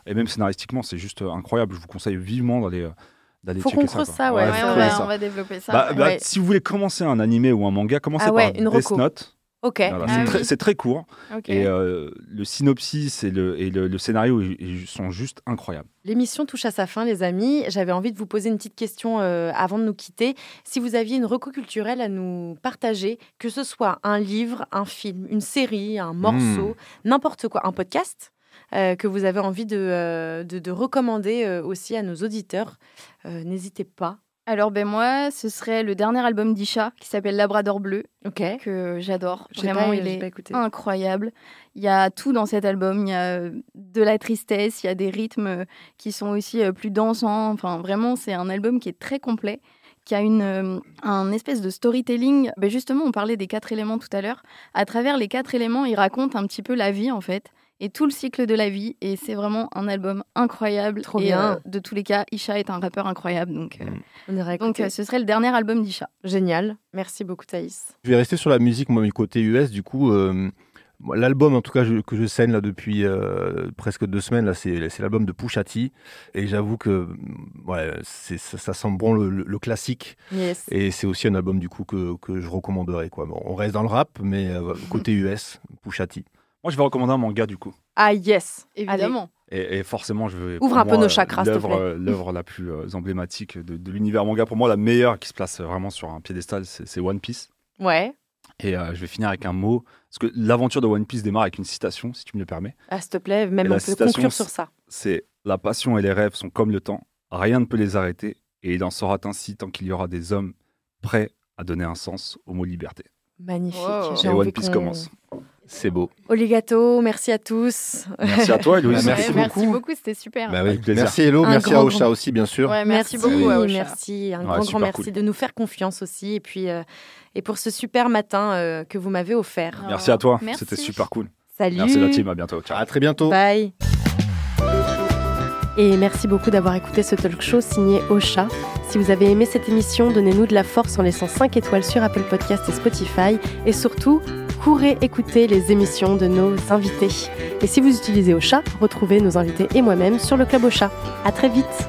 Speaker 2: Et même scénaristiquement, c'est juste euh, incroyable. Je vous conseille vivement d'aller euh, d'aller
Speaker 11: Faut
Speaker 2: checker
Speaker 11: qu'on creuse
Speaker 2: quoi.
Speaker 11: ça, ouais.
Speaker 2: faut
Speaker 11: Ouais,
Speaker 3: on,
Speaker 2: creuser
Speaker 3: va,
Speaker 2: ça.
Speaker 3: on va développer ça.
Speaker 2: Bah,
Speaker 3: ouais.
Speaker 2: bah,
Speaker 11: Ouais.
Speaker 2: Si vous voulez commencer un animé ou un manga, commencez
Speaker 11: Ah ouais,
Speaker 2: par
Speaker 11: une
Speaker 2: Death
Speaker 11: reco.
Speaker 2: Note.
Speaker 11: Ok.
Speaker 2: Voilà,
Speaker 3: Ah
Speaker 2: c'est
Speaker 3: oui.
Speaker 2: très- c'est très court.
Speaker 3: Ok.
Speaker 2: Et euh, le synopsis et le, et le, le scénario ils- ils sont juste incroyables.
Speaker 11: L'émission touche à sa fin, les amis. J'avais envie de vous poser une petite question euh, avant de nous quitter. Si vous aviez une reco culturelle à nous partager, que ce soit un livre, un film, une série, un morceau, n'importe quoi, un podcast euh, que vous avez envie de, euh, de, de recommander euh, aussi à nos auditeurs, euh, n'hésitez pas.
Speaker 3: Alors, ben moi, ce serait le dernier album d'Isha qui s'appelle Labrador Bleu,
Speaker 11: Ok.
Speaker 3: que j'adore.
Speaker 11: J'ai
Speaker 3: Vraiment,
Speaker 11: pas-
Speaker 3: il
Speaker 11: j'ai
Speaker 3: est
Speaker 11: pas écouté.
Speaker 1: Oh.
Speaker 3: incroyable. Il y a tout dans cet album. Il y a euh, de la tristesse, il y a des rythmes euh, qui sont aussi euh, plus dansants. Enfin, vraiment, c'est un album qui est très complet, qui a une, euh, un espèce de storytelling. Ben justement, on parlait des quatre éléments tout à l'heure. À travers les quatre éléments, il raconte un petit peu la vie, en fait. Et tout le cycle de la vie, et c'est vraiment un album incroyable.
Speaker 11: Trop
Speaker 3: et,
Speaker 11: bien.
Speaker 3: euh, de tous les cas, Isha est un rappeur incroyable, donc euh,
Speaker 11: On ira
Speaker 3: donc
Speaker 11: écouter.
Speaker 3: euh, ce serait le dernier album d'Isha.
Speaker 1: euh,
Speaker 11: Génial. Merci beaucoup, Thaïs.
Speaker 4: Je vais rester sur la musique, moi, du côté US, du coup. euh, moi, L'album, en tout cas, je- que je scène là depuis euh, presque deux semaines, là, c'est c'est l'album de Pusha T. Et j'avoue que mm, ouais, c'est- ça, ça sent bon le, le- le classique.
Speaker 11: Yes.
Speaker 4: Et c'est aussi un album du coup que, que je recommanderais. Quoi. Bon, on reste dans le rap, mais euh, côté US, Pusha T.
Speaker 2: Moi, je vais recommander un manga du coup.
Speaker 11: Ah, yes.
Speaker 3: Évidemment.
Speaker 2: Et, et forcément, je vais.
Speaker 11: Ouvre
Speaker 2: pour
Speaker 11: un peu
Speaker 2: moi,
Speaker 11: nos
Speaker 2: euh,
Speaker 11: chakras, s'il te
Speaker 2: l'œuvre,
Speaker 11: plaît.
Speaker 2: euh, L'œuvre la plus euh, emblématique de, de l'univers manga, pour moi, la meilleure qui se place euh, vraiment sur un piédestal, c'est c'est One Piece.
Speaker 11: Ouais.
Speaker 2: Et euh, je vais finir avec un mot. Parce que l'aventure de One Piece démarre avec une citation, si tu me le permets.
Speaker 11: Ah, s'il te plaît,
Speaker 2: Et
Speaker 11: même
Speaker 2: la
Speaker 11: on peut
Speaker 2: citation,
Speaker 11: conclure
Speaker 2: c'est-
Speaker 11: sur ça.
Speaker 2: C'est La passion et les rêves sont comme le temps. Rien ne peut les arrêter. Et il en sera ainsi tant qu'il y aura des hommes prêts à donner un sens au mot liberté.
Speaker 11: Magnifique.
Speaker 3: Wow.
Speaker 11: J'ai
Speaker 2: Et
Speaker 11: envie
Speaker 2: One Piece
Speaker 11: qu'on-
Speaker 2: commence.
Speaker 4: C'est beau.
Speaker 11: Oligato, merci à tous.
Speaker 2: Merci à toi, Louis.
Speaker 4: Bah, merci
Speaker 3: Ouais, Eh, merci beaucoup, c'était super.
Speaker 4: Bah
Speaker 2: Avec plaisir.
Speaker 4: Merci Hello,
Speaker 11: Un
Speaker 4: merci
Speaker 11: grand,
Speaker 4: à Ocha
Speaker 11: grand-
Speaker 4: aussi, bien sûr.
Speaker 3: Ouais, merci,
Speaker 11: Merci,
Speaker 3: beaucoup. à Ocha.
Speaker 11: merci, un
Speaker 2: Ouais,
Speaker 11: grand, grand
Speaker 2: super
Speaker 11: merci
Speaker 2: cool.
Speaker 11: de nous faire confiance aussi. Et puis, euh, et pour ce super matin euh, que vous m'avez offert.
Speaker 2: Merci à toi.
Speaker 3: Merci.
Speaker 2: C'était super cool.
Speaker 11: Salut.
Speaker 2: Merci la team. À bientôt. Ciao.
Speaker 4: À très bientôt.
Speaker 11: Bye.
Speaker 1: Et merci beaucoup d'avoir écouté ce talk show signé Ocha. Si vous avez aimé cette émission, donnez-nous de la force en laissant 5 étoiles sur Apple Podcast et Spotify. Et surtout, courez écouter les émissions de nos invités. Et si vous utilisez Ocha, retrouvez nos invités et moi-même sur le Club Ocha. À très vite!